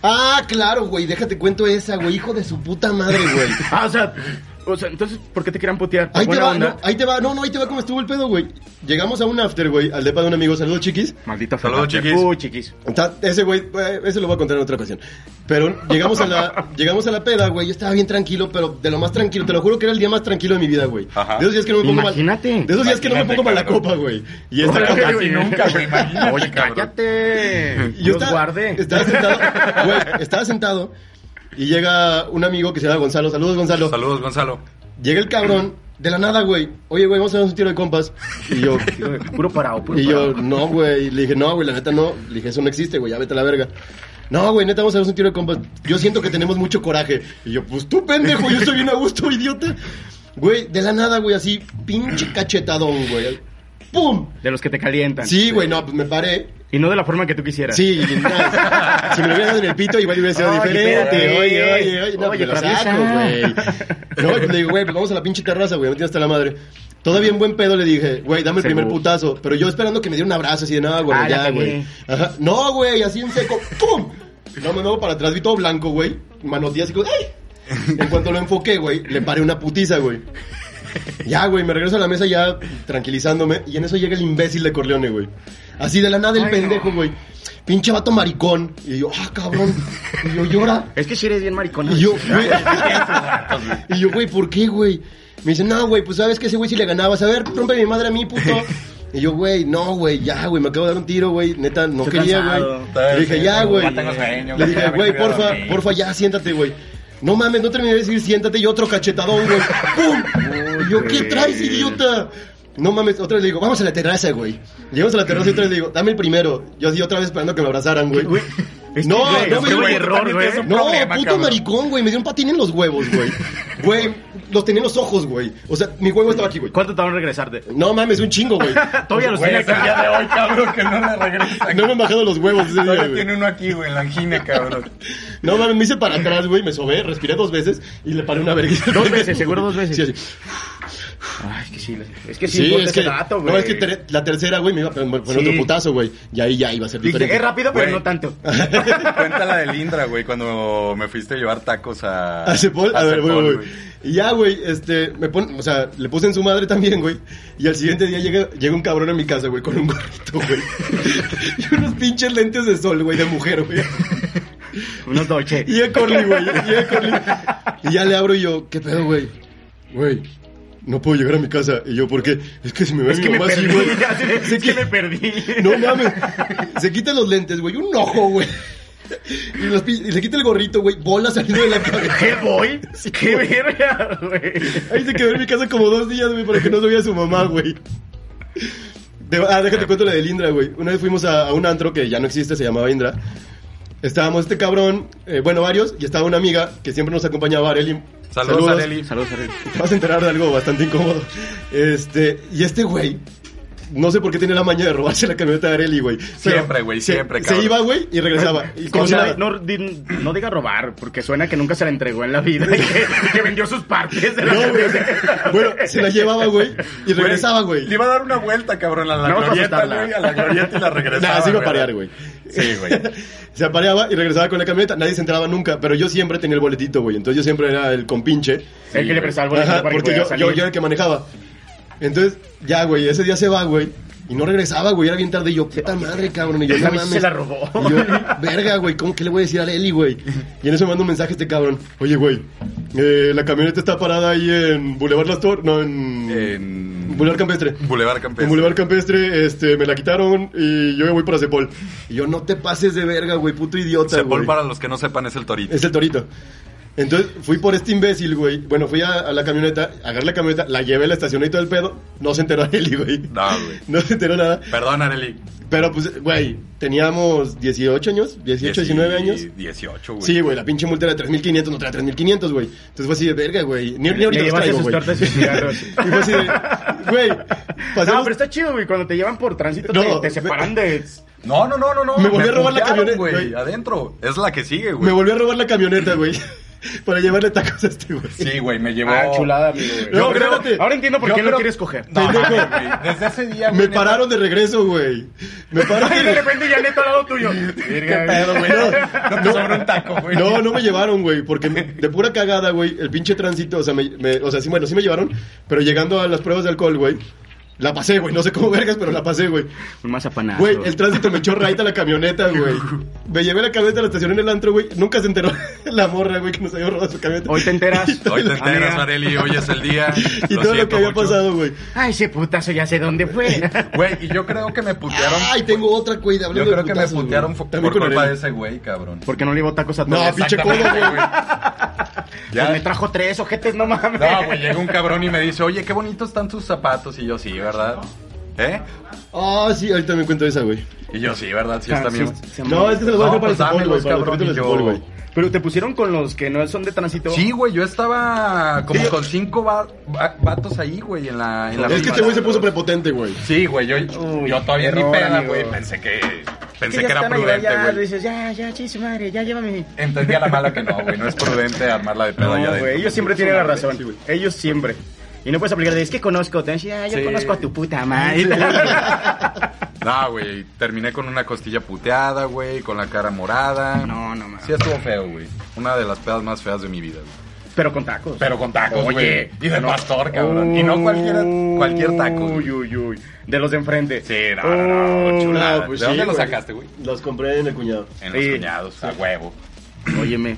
Ah, claro, güey, déjate cuento esa, güey, hijo de su puta madre, güey. Ah, o sea, o sea, entonces, ¿por qué te querían putear? Ahí te Buena va, onda. no, ahí te va, no, no, ahí te va cómo estuvo el pedo, güey. Llegamos a un after, güey, al depa de un amigo, saludos chiquis. Maldita Saludos, Fernández. chiquis. Uy, chiquis. Está- ese güey, eh, ese lo voy a contar en otra ocasión. Pero llegamos a la, llegamos a la peda, güey. Yo estaba bien tranquilo, pero de lo más tranquilo. Te lo juro que era el día más tranquilo de mi vida, güey. Ajá. De esos días que no me pongo mal- Imagínate. de esos días que no me Imagínate, pongo mala cabrón. copa, güey. Y esta Órale, copa- güey. güey, imagínate, Oye, cabrón. cállate. Y yo Dios estaba, guarde. Estaba sentado, güey, estaba sentado. Y llega un amigo que se llama Gonzalo. Saludos, Gonzalo. Saludos, Gonzalo. Llega el cabrón, de la nada, güey. Oye, güey, vamos a darnos un tiro de compas. Y yo, Puro parado, puro y parado. yo, no, güey. Le dije, no, güey, la neta no. Le dije, eso no existe, güey, ya vete a la verga. No, güey, neta, vamos a darnos un tiro de compas. Yo siento que tenemos mucho coraje. Y yo, pues tú, pendejo, yo soy bien a gusto, idiota. Güey, de la nada, güey, así, pinche cachetadón, güey. ¡Pum! De los que te calientan. Sí, güey, no, pues me paré. Y no de la forma que tú quisieras. Sí, y nada, si me lo hubieran dado en el pito, igual hubiera sido Oye, diferente. Oye, espérate. oye, oye, no, Oye, me lo traviesa. saco, güey. No, pues le digo, güey, pues vamos a la pinche terraza, güey, me tiene hasta la madre. Todavía en buen pedo le dije, güey, dame el Seguro. primer putazo. Pero yo esperando que me diera un abrazo así de nada, güey, Ah, la ya, cagué. güey. Ajá. No, güey, así en seco, ¡pum! No, me muevo para atrás, vi todo blanco, güey. Manoteas y como, ¡ay! En cuanto lo enfoqué, güey, le paré una putiza, güey. Ya, güey, me regreso a la mesa ya tranquilizándome. Y en eso llega el imbécil de Corleone, güey. Así de la nada el Ay, no. pendejo, güey. Pinche vato maricón. Y yo, ah, cabrón. Y yo, llora. Es que si eres bien maricón. Y yo, güey. y yo, güey, ¿por qué, güey? Me dice, no, güey, pues sabes que ese güey si le ganabas. A ver, rompe mi madre a mí, puto. Y yo, güey, no, güey, ya, güey, me acabo de dar un tiro, güey. Neta, no Estoy quería, cansado. güey. Le dije, ya, güey. Ya tengo sueño, Le güey, dije, ya me güey, quiero ir a porfa, dormir. porfa, ya, siéntate, güey. No mames, no terminé de decir siéntate y otro cachetadón, güey. ¡Pum! Y yo, ¿qué traes, idiota? No mames, otra vez le digo, vamos a la terraza, güey. Llegamos a la terraza y otra vez le digo, dame el primero. Yo así otra vez esperando que me abrazaran, güey. Güey, es que, No, güey, no es me digas que, güey, que error, también güey. tienes un- No, problema, puto cabrón. maricón, güey. Me dio un patín en los huevos, güey. Güey, los tenía en los ojos, güey. O sea, mi huevo estaba aquí, güey. ¿Cuánto te van a regresarte? No mames, un chingo, Pues, güey. Todavía los Güey, tiene es el acá. día de hoy, cabrón, que no le regresa. No me han bajado los huevos ese día, Todavía güey. tiene uno aquí, güey, en la angina, cabrón. No mames, me hice para atrás, güey. Me sobé, respiré dos veces y le paré una vergüenza. Dos veces, seguro dos veces. Sí, así. Ay, es que sí. Es que sí, Sí, ponte es que, ese dato, güey. no, es que ter- la tercera, güey, me iba a poner Sí. otro putazo, güey. Y ahí ya iba a ser Dije, es diferente. rápido, pero Güey. no tanto. Cuéntala de Lindra, güey, cuando me fuiste a llevar tacos a. A Cepol, a ver, Cepol, güey, güey. Y ya, güey, este, me pon, o sea, le puse en su madre también, güey. Y al siguiente día llega, llega un cabrón a mi casa, güey, con un gorrito, güey. y unos pinches lentes de sol, güey, de mujer, güey. Unos dolce. Y a Corley, güey, y a Corley. Y ya le abro y yo, ¿qué pedo, güey? Güey, no puedo llegar a mi casa. Y yo, ¿por qué? Es que si me ve Es mi que me mamá así, perdí. güey. ya sé, Se Es que qui- me perdí. No mames. Se quita los lentes, güey. Un ojo, güey. Y, los pin- y se quita el gorrito, güey. Bola saliendo de la cabeza. ¿Qué voy? ¿Qué verga, güey? Ahí se quedó en mi casa como dos días, güey, para que no se vea su mamá, güey. De- ah, déjate cuento la de Indra, güey. Una vez fuimos a, a un antro que ya no existe, se llamaba Indra. Estábamos este cabrón, eh, bueno, varios, y estaba una amiga que siempre nos acompañaba, Areli. Saludos, Areli. Saludos, Ariel. Te vas a enterar de algo bastante incómodo. Este, y este güey, no sé por qué tiene la maña de robarse la camioneta de Areli, güey. Pero Siempre, güey, se- siempre, Se cabrón. iba, güey, y regresaba. Y como O si sea, nada. no, di- no diga robar, porque suena que nunca se la entregó en la vida y que, y que vendió sus partes de la No, güey. o sea, Bueno, se la llevaba, güey, y regresaba, güey. Le iba a dar una vuelta, cabrón, a la Vamos a glorieta, asustarla. güey, a la glorieta y la regresaba. Nah, se iba a güey. parear, güey. Sí, güey. Se apareaba y regresaba con la camioneta. Nadie se enteraba nunca, pero yo siempre tenía el boletito, güey. Entonces yo siempre era el compinche. El que le prestaba el boleto Ajá, para que porque pudiera yo, salir. yo, yo era el que manejaba. Entonces, ya, güey, ese día se va, güey. Y no regresaba, güey, era bien tarde. Y yo, puta madre, cabrón. Y yo, Esa no bici mames. se la robó. Y yo, verga, güey, ¿cómo que le voy a decir a Eli, güey? Y en eso me manda un mensaje este cabrón. Oye, güey, eh, la camioneta está parada ahí en Boulevard Las Tor... No, en... En- Boulevard Campestre. Boulevard En Campestre. Boulevard Campestre, este, me la quitaron y yo me voy para Cepol. Y yo, no te pases de verga, güey, puto idiota, Cepol, güey. para los que no sepan, es el torito. Es el torito. Entonces fui por este imbécil, güey. Bueno, fui a, a la camioneta, agarré la camioneta, la llevé, la estacioné y todo el pedo. No se enteró Eli, güey. No, güey. No se enteró nada. Perdón, Areli. Pero pues, güey, teníamos 18 años, 18, 19 años. 18, güey. Sí, güey, la pinche multa era de 3.500, no traía 3.500, güey. Entonces fue así de verga, güey. Ni, ni ahorita Le los llevaste traigo, sus güey. tortas y sus cigarros. Y fue así de, güey, No, pasamos... pero está chido, güey. Cuando te llevan por tránsito, No, te, te ve- separan de. No, no, no, no, no. Me volví a robar la putearon, camioneta, güey. güey. Adentro. Es la que sigue, Me güey. volvió a robar la camioneta, güey. Para llevarle tacos a este güey. Sí, güey, me llevó. Ah, chulada, amigo, güey. No, Yo creo- espérate. Ahora entiendo por Yo qué lo creo- quieres coger. No, Pendejo. mames, güey. Desde ese día, Me güey, neta, pararon de regreso, güey. Me pararon Y de de regreso. repente ya neto al lado tuyo. Verga, güey. No, te sobra un taco, güey. No, no me llevaron, güey, porque me- de pura cagada, güey, el pinche tránsito, o sea, me, me- o sea, sí, bueno, sí me llevaron, pero llegando a las pruebas de alcohol, güey, la pasé, güey, no sé cómo vergas, pero la pasé, güey. Un mazapanazo. Güey, el tránsito me echó raita la camioneta, güey. Me llevé la camioneta a la estación en el antro, güey, nunca se enteró la morra, güey, que nos había robado su camioneta. Hoy te enteras. Y todo Hoy te lo- enteras, Amiga. Areli. Hoy es el día. Y Lo todo lo siento que había mucho. pasado, güey. Ay, ese putazo ya sé dónde fue. Güey, y yo creo que me putearon. Ay, tengo otra, güey, de Yo hablando creo de que putazos, me güey. putearon fo- También por con culpa de Areli. ese güey, cabrón. Porque no le llevo tacos a todos. No, pinche codo, Exactamente, güey. Pues me trajo tres ojetes, no mames. No, güey, llega un cabrón y me dice, oye, qué bonitos están tus zapatos. Y yo, sí, ¿verdad? ¿Eh? Ah, sí, ahorita me cuento esa, güey. Y yo, sí, ¿verdad? Sí, Ah, está sí, bien. sí, No, es que se los voy a No, dejar para pues el Cepol, güey, dámelos, para el cabrón, capítulo de y Cepol, yo- güey. Pero te pusieron con los que no son de tránsito. Sí, güey, yo estaba como Sí. con cinco va- va- vatos ahí, güey, en la, Ah, en la Es que fila. este güey se puso prepotente, güey. Sí, güey, yo, Uy, yo todavía ni error, peda, amigo. güey. Pensé que, pensé ya que te era van a llevar, prudente, ya, güey. dices, ya, ya, chis, madre, ya llévame. Entendí a la mala que no, güey. No es prudente armarla de pedo No, allá güey, adentro. ellos siempre tienen la razón. ellos siempre. Y no puedes aplicar de, es que conozco. Te dicen, "Ah, yo Sí. conozco a tu puta madre. No, güey, terminé con una costilla puteada, güey, con la cara morada. No, no mames. Sí estuvo feo, güey. Una de las pedas más feas de mi vida, güey. Pero con tacos. Pero con tacos, güey. Oye. Y de pastor, cabrón. Y no cualquiera, cualquier taco. güey. Uy, uy, uy. De los de enfrente. Oh. Sí, no, no, no, Uy. chulada. no, pues ¿De sí, dónde lo güey. sacaste, güey? Los compré en el cuñado. En los Sí. cuñados, a huevo. Óyeme.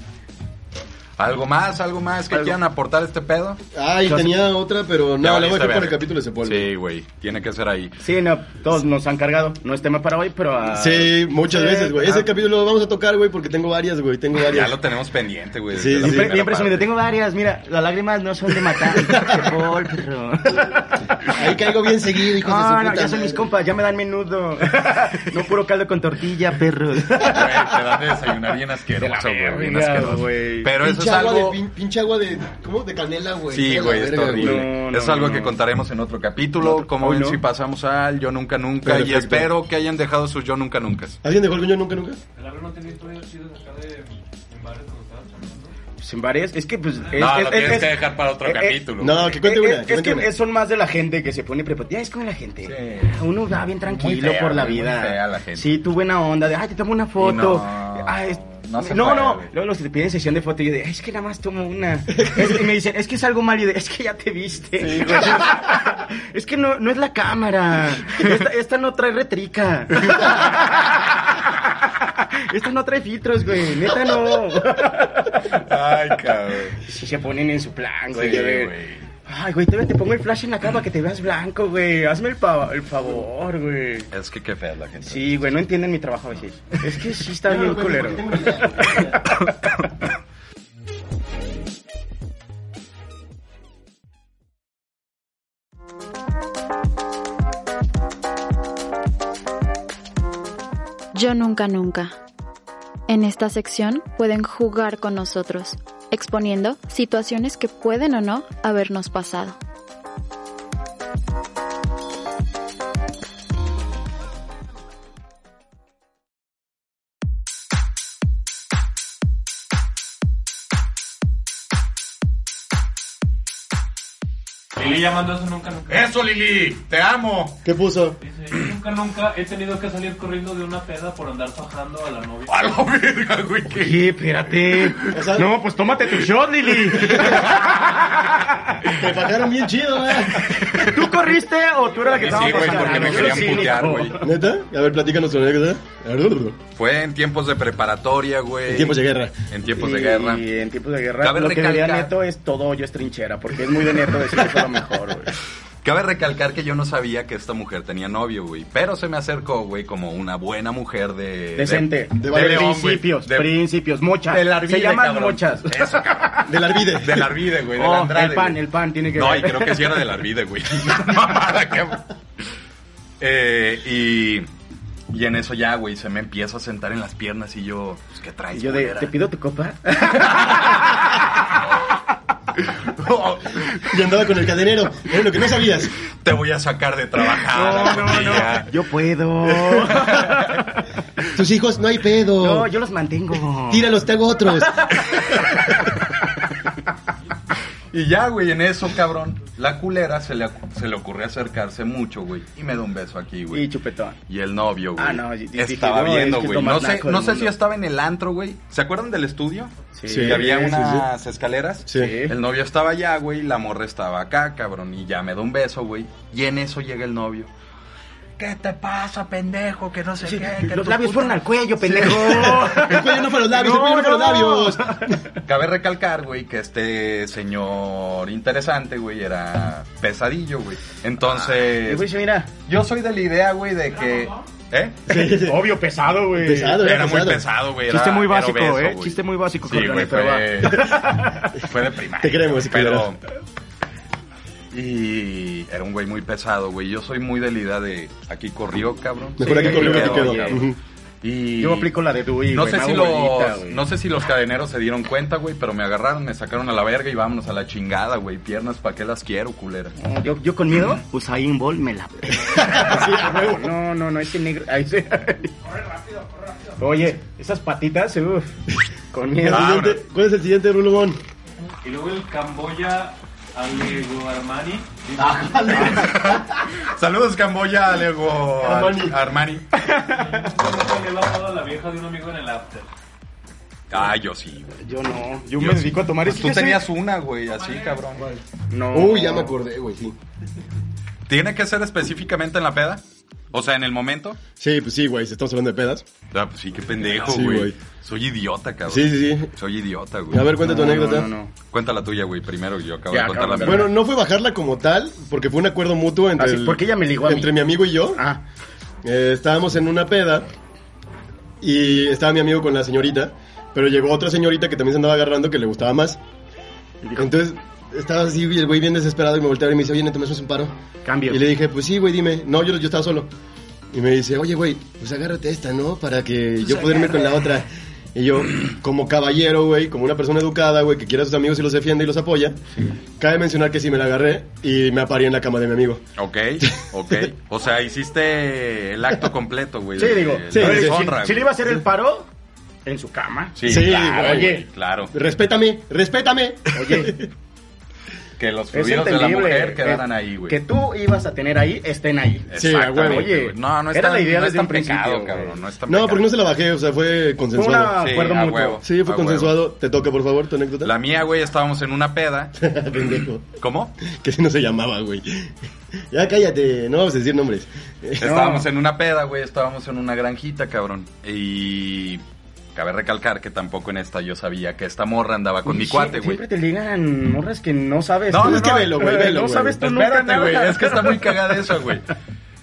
¿Algo más, algo más que Algo. quieran aportar a este pedo? Ay, Entonces- Ah, tenía otra, Ya pero no, la voy a valiste dejar para el verga. capítulo de Sepol. Sí, güey. Tiene que ser ahí. Sí, no, todos nos han cargado. No es tema para hoy, pero. ah, Sí, muchas sí, veces, güey. ah, Ese capítulo lo vamos a tocar, güey, porque tengo varias, güey. Tengo Ya varias. lo tenemos pendiente, güey. Sí, desde la sí. Siempre, primera bien presumido. parte. Tengo varias. Mira, las lágrimas no son de matar. Por, perro. Ahí caigo bien seguido, hijos de su Ah, No, no, puta ya son mis madre. compas, ya me dan menudo. No puro caldo con tortilla, perro. Güey, te das de desayunar bien asqueroso, De la güey. Bien verga, asqueroso. güey. Pero eso pinche es agua algo... de pin- pinche agua de ¿cómo? De canela, güey. Sí, Está güey, la es verga, horrible. güey. No, no, es algo no. que contaremos en otro capítulo. Otro- Como hoy ven no. si pasamos al Yo Nunca Nunca. Y Perfecto. espero que hayan dejado sus Yo Nunca Nunca. ¿Alguien dejó el cuñado nunca nunca? El Álvaro no tenía historias chidas acá de en bares cuando estabas chambeando. Pues en varias, es que pues. es- No, es- lo es- tienes es- que dejar para otro eh, eh, capítulo. No, que cuente Eh, una. eh, es cuente que una. son más de la gente que se pone preparada. Ya es como la gente. Sí. Uno va bien tranquilo Muy fea, por la muy vida. fea la gente. Sí, tu buena onda de, ay, te tomo una foto. no, Ay, es- no se no, puede, no. güey. Luego los que te piden sesión de foto, y yo de, "Ay, es que nada más tomo una. Es que me dicen, es que es algo mal. Y yo de, es que ya te viste. es que no, no es la cámara. Esta, esta no trae retrica. esta no trae filtros, güey. Neta no. Ay, cabrón. Sí se ponen en su plan, güey. Sí, yo de- güey. Ay, güey, todavía te pongo el flash en la cara para que te veas blanco, güey. Hazme el, pa- el favor, güey. Es que qué fea es la gente. Sí, güey, no entienden mi trabajo a veces. Es que sí está bien güey, culero. tengo una idea, tengo una idea. Yo nunca nunca. En esta sección pueden jugar con nosotros, exponiendo situaciones que pueden o no habernos pasado. Lili llamando eso nunca nunca. ¡Eso, Lili! ¡Te amo! ¿Qué puso? Dice, yo nunca nunca he tenido que salir corriendo de una peda por andar fajando a la novia. A la verga, güey. que- Sí, espérate. O sea- No, pues tómate tu shot, Lili. Te pagaron bien chido, ¿eh? güey. ¿Tú corriste o tú eras la que Sí, estaba güey, porque me Yo querían sí, putear, hijo. güey. ¿Neta? A ver, platícanos sobre ¿eh? qué Fue en tiempos de preparatoria, güey. En tiempos de guerra. En tiempos de Sí, guerra. en tiempos de guerra. Cabe lo que diría recalcar- Neto es todo hoyo es trinchera, porque es muy de Neto decir que fue lo mejor, güey. Cabe recalcar que yo no sabía que esta mujer tenía novio, güey. Pero se me acercó, güey, como una buena mujer de... Decente. De, de, De León, güey. principios, De- principios. Mochas. del Arvide, Se llaman cabrón. mochas. Eso, cabrón. Del Arvide. Del Arvide, güey. del Oh, Andrade, el pan, güey. el pan tiene que No, ver. y creo que sí era del Arvide, güey. Mamada, cabrón. Eh, y, y en eso ya, güey, se me empieza a sentar en las piernas y yo, pues, ¿qué Y traes, Yo de, culera? ¿te pido tu copa? No, Y andaba con el cadenero. Es lo que no sabías. Oh, te voy a sacar de Ah, trabajar. tía. Yo puedo. Tus hijos, no hay pedo. No, yo los mantengo. Tíralos, te hago otros. Y ya, güey, en eso, cabrón, la culera se le, se le ocurrió acercarse mucho, güey, y me da un beso aquí, güey. Y chupetón. Y el novio, güey. Ah, no, y- y dije, estaba no, es viendo, que es güey. lo no más sé, naco del no sé mundo. si estaba en el antro, güey. ¿Se acuerdan del estudio? Sí. Y había Sí, sí, unas escaleras. Sí. El novio estaba allá, güey, la morra estaba acá, cabrón, y ya me da un beso, güey. Y en eso llega el novio. ¿Qué te pasa, pendejo? Que no sé Sí, qué. que Los tu labios puta fueron al cuello, pendejo. El cuello no para los labios, el cuello no para los labios. Cabe recalcar, güey, que este señor interesante, güey, era pesadillo, güey. Y, Entonces, güey, mira. yo soy de la idea, güey, de que... ¿Eh? Obvio, pesado, güey. Pesado, Era era muy pesado. pesado, güey. era- Chiste muy era básico, obeso, ¿eh? güey. Chiste muy básico, Sí, Corleone, güey, pero va. fue, fue de primaria. Te queremos, pero... Y era un güey muy pesado, güey. Yo soy muy de la idea de... Aquí corrió, cabrón. Mejor Sí, aquí corrió que aquí quedó, quedó. oye. cabrón. Ujú. Y... Yo aplico la de Dewey, No güey, sé, me si hago los, bolita, güey. no sé si los cadeneros se dieron cuenta, güey, pero me agarraron, me sacaron a la verga y vámonos a la chingada, güey. Piernas, ¿para qué las quiero, culera? Yo, yo con miedo, pues, Usain Bolt me la pega. No, no, no, ese negro. Ahí se... Oye, esas patitas, uff. Con miedo. Ah, Siguiente. ¿Cuál es el siguiente, Rulobón? Y luego el Camboya Alego Armani. dice, Saludos, Camboya, Lego, Ar- Armani. Armani. Yo nunca le he bajado a la vieja de un amigo en el after. Ah, yo sí, güey. Yo no, Yo yo, me sí. dedico a tomar Pues es tú que tenías soy- una, güey, así, cabrón. No. Uy, ya me acordé, güey, sí. ¿Tiene que ser específicamente en la peda? O sea, en el momento. Sí, pues sí, güey, si estamos hablando de pedas. Ah, pues sí, qué pendejo, Sí, güey. güey. Soy idiota, cabrón. Sí, sí, sí. Soy idiota, güey. A ver, cuenta tu No, no, anécdota. no, no. Cuenta la tuya, güey, primero. Yo acabo Ya, de contar la acabo mía. de- Bueno, no fue bajarla como tal, porque fue un acuerdo mutuo entre. Así, el- porque ella me ligó a mí. Entre mi amigo y yo. Ah, Eh, estábamos en una peda y estaba mi amigo con la señorita, pero llegó otra señorita que también se andaba agarrando que le gustaba más. Entonces estaba así, el güey bien desesperado y me volteaba y me dice, oye, Neto, ¿me haces un paro? cambio. Y le dije, pues sí, güey, dime. No, yo, yo estaba solo. Y me dice, oye, güey, pues agárrate esta, ¿no? Para que yo pueda irme con la otra. Y yo, como caballero, güey, como una persona educada, güey, que quiere a sus amigos y los defiende y los apoya, cabe mencionar que sí me la agarré y me aparé en la cama de mi amigo. Ok, ok. O sea, hiciste el acto completo, güey. Sí, de- digo, de sí, la sí, deshonra, si, si le güey. iba a hacer el paro, en su cama. Sí, Sí, claro, güey. güey, claro. Respétame, respétame. Oye, Que los es fluidos de la entendible. eh, mujer quedaran que- ahí, güey. Que tú ibas a tener ahí, estén ahí. Sí, Exactamente, a huevo. güey. Oye, no, no era está, la idea no es desde tan un principio, pecado, güey. cabrón. No, es tan No, porque no pecado. se la bajé, o sea, fue Fue consensuado. una Sí, acuerdo a mutuo. huevo. Sí, fue Ah, consensuado. Te toca, por favor, tu anécdota. La mía, güey, estábamos en una peda. Pendejo. ¿Cómo? Que si no se llamaba, güey. Ya cállate, no vamos a decir nombres. Eh, Estábamos en una peda, güey, estábamos en una granjita, cabrón. Y cabe recalcar que tampoco en esta yo sabía que esta morra andaba con mi Sie- cuate, güey. Siempre te ligan morras que no sabes. No, tú. no, es que no, velo, güey, eh, velo, No güey. sabes tú Espérate, nunca güey, nada. es que está muy cagada eso, güey.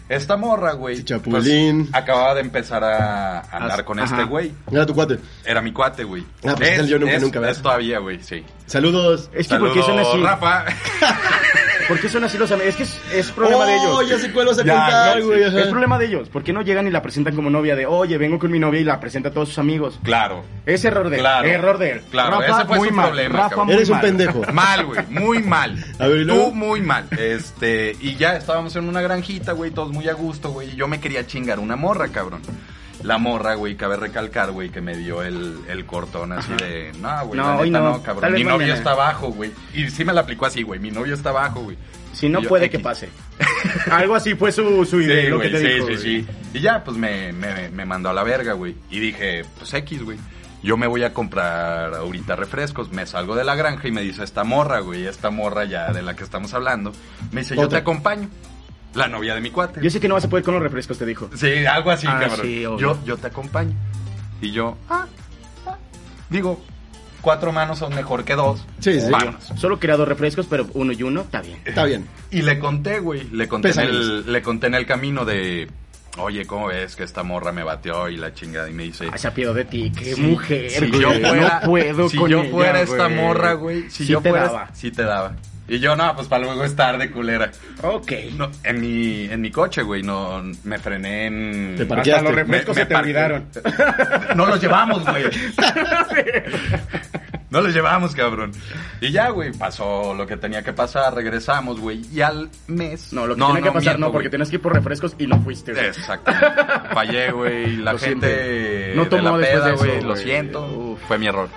Esta morra, güey, Chapulín. pues, acababa de empezar a andar con Ajá. este güey. Era tu cuate. Era mi cuate, güey. Ah, pues, es el yo nunca, es- nunca, ¿verdad? es todavía, güey, sí. Saludos. Es que porque son Saludos, así. Rafa. ¿Por qué son así los amigos? Es que es, es problema de Oh, ellos. ya sé cuál vas a Ya, contar, ya, güey. sí. ajá. Es problema de ellos. ¿Por qué no llegan y la presentan como novia de, oye, vengo con mi novia y la presenta a todos sus amigos? Claro. Es error de él. Claro. Error de él. Claro, Rafa, ese fue muy su mal. problema, Rafa, cabrón. muy Eres un mal. pendejo. Mal, güey, muy mal. A ver, ¿y luego? Tú muy mal. Este, y ya estábamos en una granjita, güey, todos muy a gusto, güey. Y yo me quería chingar una morra, cabrón. La morra, güey, cabe recalcar, güey, que me dio el, el cortón así de, no, güey, No, la hoy neta no. no, Tal cabrón. vez Mi novio mañana. está abajo, güey. Y sí me la aplicó así, güey. Mi novio está abajo, güey. Si no Y yo, puede X. que pase. Algo así fue su, su idea, Sí, lo güey, que te sí, dijo. sí, güey. sí. Y ya, pues me, me, me mandó a la verga, güey. Y dije, pues X, güey. Yo me voy a comprar ahorita refrescos. Me salgo de la granja y me dice esta morra, güey. Esta morra ya de la que estamos hablando. Me dice, yo Otra. te acompaño. La novia de mi cuate. Yo sé que no vas a poder con los refrescos, te dijo. Sí, algo así, Ah, cabrón. sí, obvio. yo, yo te acompaño. Y yo, ah, ah. digo, cuatro manos son mejor que dos. Sí, sí. Vamos. Solo quería dos refrescos, pero uno y uno, está bien. Está bien. Y le conté, güey. Le conté, en Pesadillas. el, le conté en el camino de. Oye, ¿cómo ves que esta morra me bateó y la chingada? Y me dice. Ay, Ah, Se apiado de ti, qué mujer, si güey. yo fuera, no puedo si con yo ella, fuera esta güey. morra, güey. Si Sí yo te fuera. daba. Sí te daba. Y yo, no, pues para luego es tarde, culera. Ok. No, en mi, en mi coche, güey, no, me frené en... Te parqueaste. Hasta refrescos se te parqué. olvidaron. No los llevamos, güey. No los llevamos, cabrón. Y ya, güey, pasó lo que tenía que pasar, regresamos, güey. Y al mes... No, lo que tiene que pasar miento, no, porque güey. tienes que ir por refrescos y no fuiste. güey. Exactamente. Fallé, güey. La Lo siento. gente No de tomó la después peda, de eso, güey. Lo güey. siento. Uf. Fue mi error.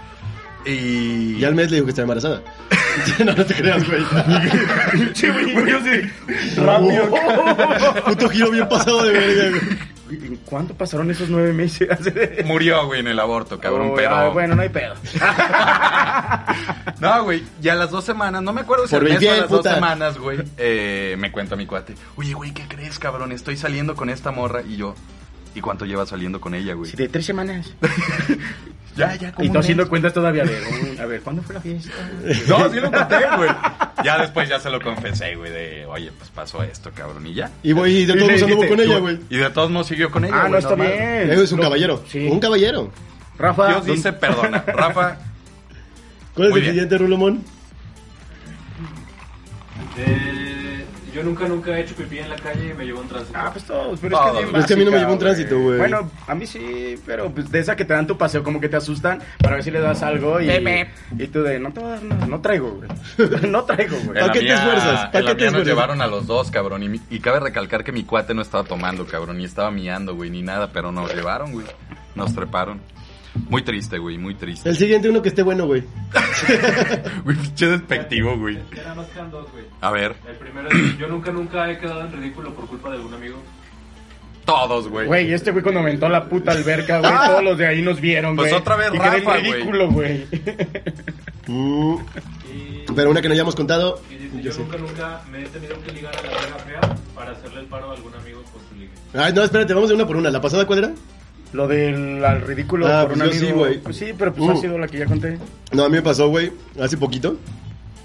Y... Ya al mes le dijo que estaba embarazada. no, no te creas, güey. Che, güey, güey, yo sí. Rápido. Puto giro bien pasado de verga, güey. ¿En ¿Cuánto pasaron esos nueve meses? Murió, güey, en el aborto, cabrón, Uy, pero... ah, bueno, no hay pedo. No, güey, ya a las dos semanas, no me acuerdo si Por al mes o infiel, a las dos puta. semanas, güey, eh, me cuenta mi cuate. Oye, güey, ¿qué crees, cabrón? Estoy saliendo con esta morra y yo... ¿Y cuánto llevas saliendo con ella, güey? Sí, de tres semanas. Ya, ya, como Y un tú haciendo mes. cuentas todavía de. uy, A ver, ¿cuándo fue la fiesta? No, sí lo conté, güey. Ya después ya se lo confesé, güey, de... Oye, pues pasó esto, cabrón, y ya. Y voy y de todos Y le modos anduvo dijiste, con ella, tú- güey. Y de todos modos siguió con ella, Ah, no güey, está mames. bien. Es un Lo- caballero. Sí. Un caballero. Rafa. Dios ¿dónde- dice perdona. Rafa, ¿Cuál es Muy el bien. siguiente, Rulomón? Eh, yo nunca, nunca he hecho pipí en la calle y me llevo un tránsito. Ah, pues todos, pero Todos, es que. güey. Es que a mí no me lleva llevó un tránsito, güey. Bueno, a mí sí, pero pues de esa que te dan tu paseo, como que te asustan para ver si le das algo y. Y tú de, no te voy a dar nada, no traigo, güey. No traigo, güey. en la ¿Para qué te mía- esfuerzas? ¿Para en la mía qué te nos esfuerzas? llevaron a los dos, cabrón. Y, mi- y cabe recalcar que mi cuate no estaba tomando, cabrón. Ni estaba miando, güey, ni nada. Pero nos llevaron, güey. Nos treparon. Muy triste, güey, muy triste. El siguiente uno que esté bueno, güey. Güey, pinche despectivo, güey. Ya nada más quedan dos, güey. A ver, El primero es, yo nunca, nunca he quedado en ridículo por culpa de algún amigo. Todos, güey. Güey, este güey cuando aventó la puta alberca, güey, Ah. todos los de ahí nos vieron, güey. Pues otra vez y quedé Rafa, güey. ridículo, güey. Mm. Pero una que no hayamos contado. Y dice, Yo yo, sé. nunca, nunca me he tenido que ligar a la verga fea para hacerle el paro a algún amigo con su ligue. Ay, no, espérate, vamos de una por una. ¿La pasada cuál era? Lo del al ridículo Ah, por pues un yo sí, amigo. güey. Pues sí, pero pues Uh. ha sido la que ya conté. No, a mí me pasó, güey, hace poquito,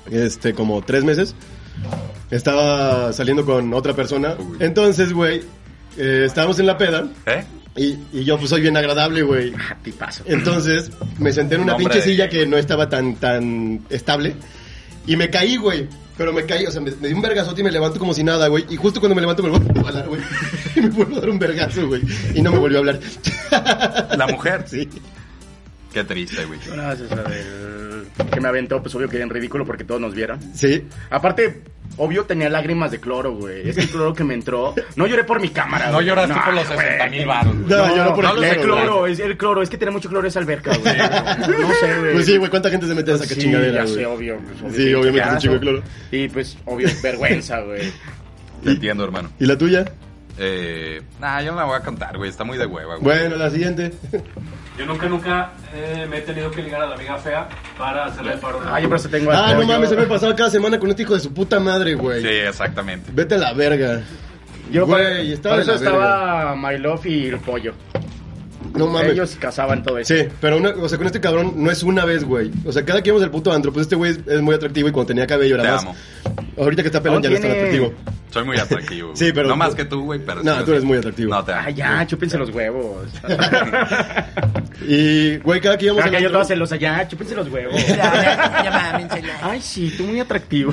este, como tres meses, estaba saliendo con otra persona. Uy. Entonces, güey, eh, estábamos en la peda ¿Eh? y, y yo pues soy bien agradable, güey. Ah, tipazo. Entonces me senté en una Nombre pinche de- silla que no estaba tan, tan estable y me caí, güey. Pero me caí, o sea, me, me di un vergazote y me levanto como si nada, güey. Y justo cuando me levanto me vuelvo a hablar, güey. Y me vuelvo a dar un vergazo, güey. Y no me volvió a hablar. La mujer. Sí. Qué triste, güey. Gracias a ver. Que me aventó, pues obvio que en ridículo porque todos nos vieron. Sí. Aparte, obvio tenía lágrimas de cloro, güey. Este cloro que me entró. No lloré por mi cámara. No güey. lloraste por los güey. 60 mil baros, güey. No, lloró por no el lo el sé, cloro, güey. cloro, es el cloro, es que tiene mucho cloro esa alberca, güey. No sé, güey. Pues sí, güey, ¿cuánta gente se mete a esa Sí, chingadera, ya güey? sé, obvio. pues, obvio Sí, que obviamente es un caso. chingo de cloro. Y pues, obvio, vergüenza, güey. Te entiendo, hermano. ¿Y la tuya? Eh, nah, yo no la voy a contar, güey. Está muy de hueva, güey. Bueno, la siguiente. Yo nunca, nunca eh, me he tenido que ligar a la amiga fea para hacerle el paro. Ah, yo por eso tengo Ah, hasta no hoyo. mames, se me pasaba cada semana con este hijo de su puta madre, güey. Sí, exactamente. Vete a la verga. Yo Güey, por- estaba por de eso la estaba My Love y el pollo. No mames. Ellos cazaban todo eso. Sí, pero una- o sea, con este cabrón no es una vez, güey. O sea, cada que íbamos al puto antro, pues este güey es, es muy atractivo y cuando tenía cabello era Te más. amo. Ahorita que está pelón Aún ya no es tan Oh, tiene- atractivo. Soy muy atractivo. güey. Sí, pero- No más que tú, güey, pero... No, tú eres muy atractivo. No, te amo. Ah, ya, chúpense los huevos. Y, güey, cada que íbamos Acá yo al todos antro, se los allá, chúpense los huevos. Ay, sí, tú muy atractivo.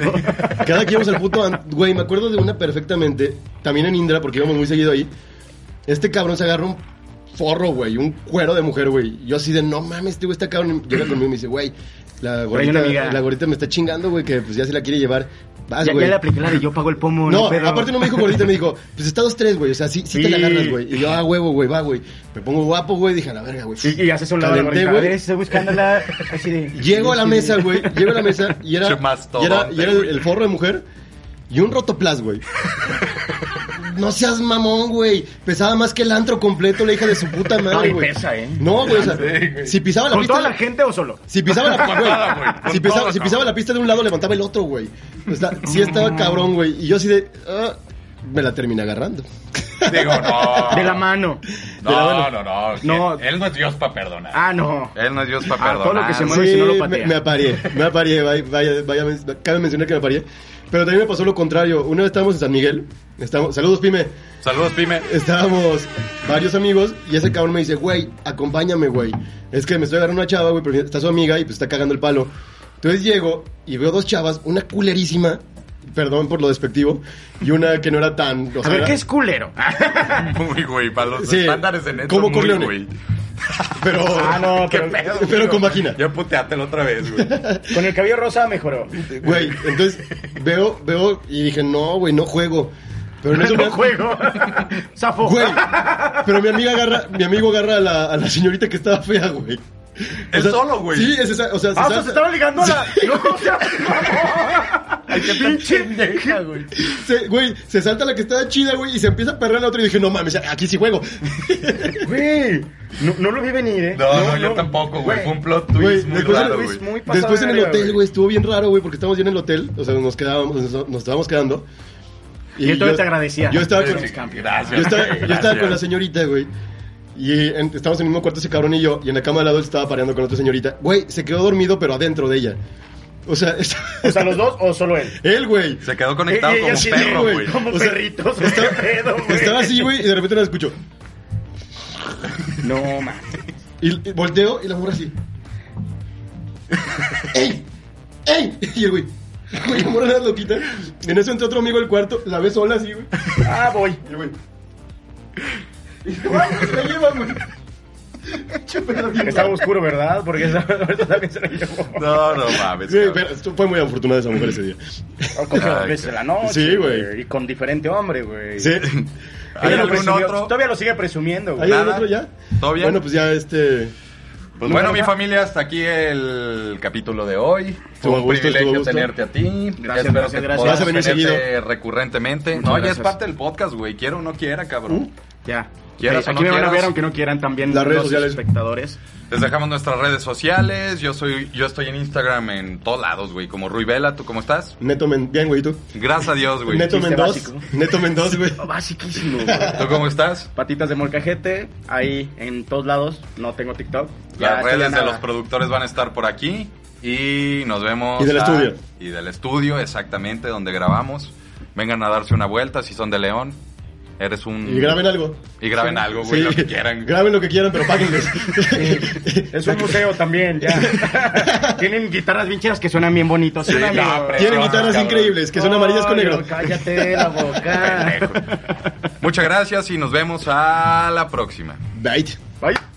cada que íbamos al puto antro, güey, me acuerdo de una perfectamente, también en Indra, porque íbamos muy seguido ahí. Este cabrón se agarra un forro, güey, un cuero de mujer, güey. Yo así de, no mames, este güey está cabrón. Llega conmigo y me dice, güey, la Güey, una gorrita, amiga. la gorrita me está chingando, güey, que pues ya se la quiere llevar. Vas, ya, ya güey. le apliqué la de yo pago el pomo. No, pedo. aparte no me dijo gordita, me dijo, pues está dos, tres, güey. O sea, sí, sí, te la Sí. agarras, güey. Y yo, ah, huevo, güey, va, güey. Me pongo guapo, güey. Dije, a la verga, güey. Y, y haces un lado de la Calenté, gorrita. A güey. ver, estoy buscándola. Así de. Llego a la mesa, güey. Llego a la mesa y era, Che, mastodonte, y era, y era el, güey. el forro de mujer y un rotoplas, güey. No seas mamón, güey. Pesaba más que el antro completo, la hija de su puta No, madre, y güey. pesa, ¿eh? No, güey, o sea, si pisaba la ¿Con pista... toda la gente o solo? Si pisaba la Con nada, güey, pista, con si pisaba, todo, si pisaba cabrón. la pista de un lado, levantaba el otro, güey. O sea, sí estaba cabrón, güey. Y yo así de... ah, me la terminé agarrando. Digo, no. De la mano. No, no, no. No. Él no es Dios para perdonar. Ah, no. Él no es Dios para Ah, perdonar. todo lo que se mueve. Sí, si no lo me, patea. me aparé, me aparé, vaya, vaya, vaya, cabe mencionar que me aparé. Pero también me pasó lo contrario. Una vez estábamos en San Miguel, estábamos, saludos Pime, Saludos, Pime. estábamos varios amigos y ese cabrón me dice, güey, acompáñame, güey. Es que me estoy agarrando una chava, güey, pero está su amiga y pues está cagando el palo. Entonces llego y veo dos chavas, una culerísima, perdón por lo despectivo, y una que no era tan... o A sea, ver, era- ¿qué es culero? Muy güey, para los Sí. estándares en esto. Como muy Corleone. güey. Pero, Ah, no, Qué pero pedo. pero güey. con vagina. Ya puteátelo otra vez, güey. con el cabello rosa mejoró. Güey, entonces veo, veo y dije, no, güey, no juego. Pero en eso me- No juego. Zafo. Güey, pero mi amiga agarra, mi amigo agarra a la, a la señorita que estaba fea, güey. Él solo, güey. Sí, es esa, o sea, se Ah, o salta- sea, se estaba ligando a la. No, o sea, pinche vieja, güey. se- güey, se salta la que estaba chida, güey, y se empieza a perrar a la otra y dije, no mames, aquí sí juego. Güey, no, no lo vi venir, ¿eh? No, no, yo tampoco, güey. Fue un plot twist Güey, muy después, raro, en, güey. muy pasado después de en el verga, hotel, güey. güey, estuvo bien raro, güey, porque estábamos ya en el hotel, o sea, nos quedábamos, nos, nos estábamos quedando. Y yo todavía te agradecía. Yo estaba Sí, con, sí, Gracias. Yo estaba, yo estaba con la Gracias. señorita, güey. Y en- estábamos en el mismo cuarto ese cabrón y yo. Y en la cama al lado él estaba pareando con otra señorita. Güey, se quedó dormido, pero adentro de ella. O sea, es- O sea, los dos o solo él. él, güey. Se quedó conectado Y- y como ella un sí, perro, güey, güey. Como O sea, perritos. qué pedo, güey. Estaba así, güey, y de repente la escucho. No, man. Y, y volteo y la morra así. ¡Ey! ¡Ey! Y el güey. Güey, la morra era loquita. En eso entró otro amigo al cuarto, la ve sola así, güey. Ah, voy. Y el güey. Y dice, "Vamos, se la llevan, güey. Chúpela bien, Estaba güey. oscuro, ¿verdad? Porque esa esa también se la llevó. No, no mames. Sí, cabrón. pero esto fue muy afortunada esa mujer ese día. O cogió Ay, dos veces qué- en la noche. Sí, güey. Y con diferente hombre, güey. Sí. Ella ¿Hay lo algún presumió- otro? Todavía lo sigue presumiendo, ¿Hay güey. Nada. algún otro ya? ¿Todo bien? Bueno, pues ya este. Pues bueno, mi familia, hasta aquí el capítulo de hoy. Fue Estuvo a un gusto, estuvo a privilegio gusto. tenerte a ti. Gracias, Espero gracias, que gracias. podamos Vas a venir tenerte seguido. recurrentemente. Muchas no, ya gracias. Uh. es parte del podcast, güey. Quiero o no quiera, cabrón. Ya. Quieras Ok, o aquí no me van a quieras. ver aunque no quieran también Las redes los sociales. espectadores. Les dejamos nuestras redes sociales. Yo soy, yo estoy en Instagram en todos lados, güey. Como Ruibela, ¿tú cómo estás? Neto Men... Bien, güey, ¿y tú? Gracias a Dios, güey. Neto ¿Tú chiste Mendoz. básico. Neto Mendoz, güey. Basiquísimo. güey. cómo estás? Patitas de molcajete, ahí en todos lados. No tengo TikTok. Ya, Las estoy a redes de nada. los productores van a estar por aquí. Y nos vemos. Y del estudio. Y del estudio, exactamente, donde grabamos. Vengan a darse una vuelta si son de León. Eres un. Y graben algo. Y graben algo, güey, Sí. lo que quieran. Graben lo que quieran, pero páguenles. Es un museo también, ya. Tienen guitarras bien chidas que suenan bien bonitos. Sí, amigo? no, pero- Tienen Ah, guitarras cabrón. increíbles, que son amarillas con Ay, negro. Cállate la boca. Muchas gracias y nos vemos a la próxima. Bye. Bye.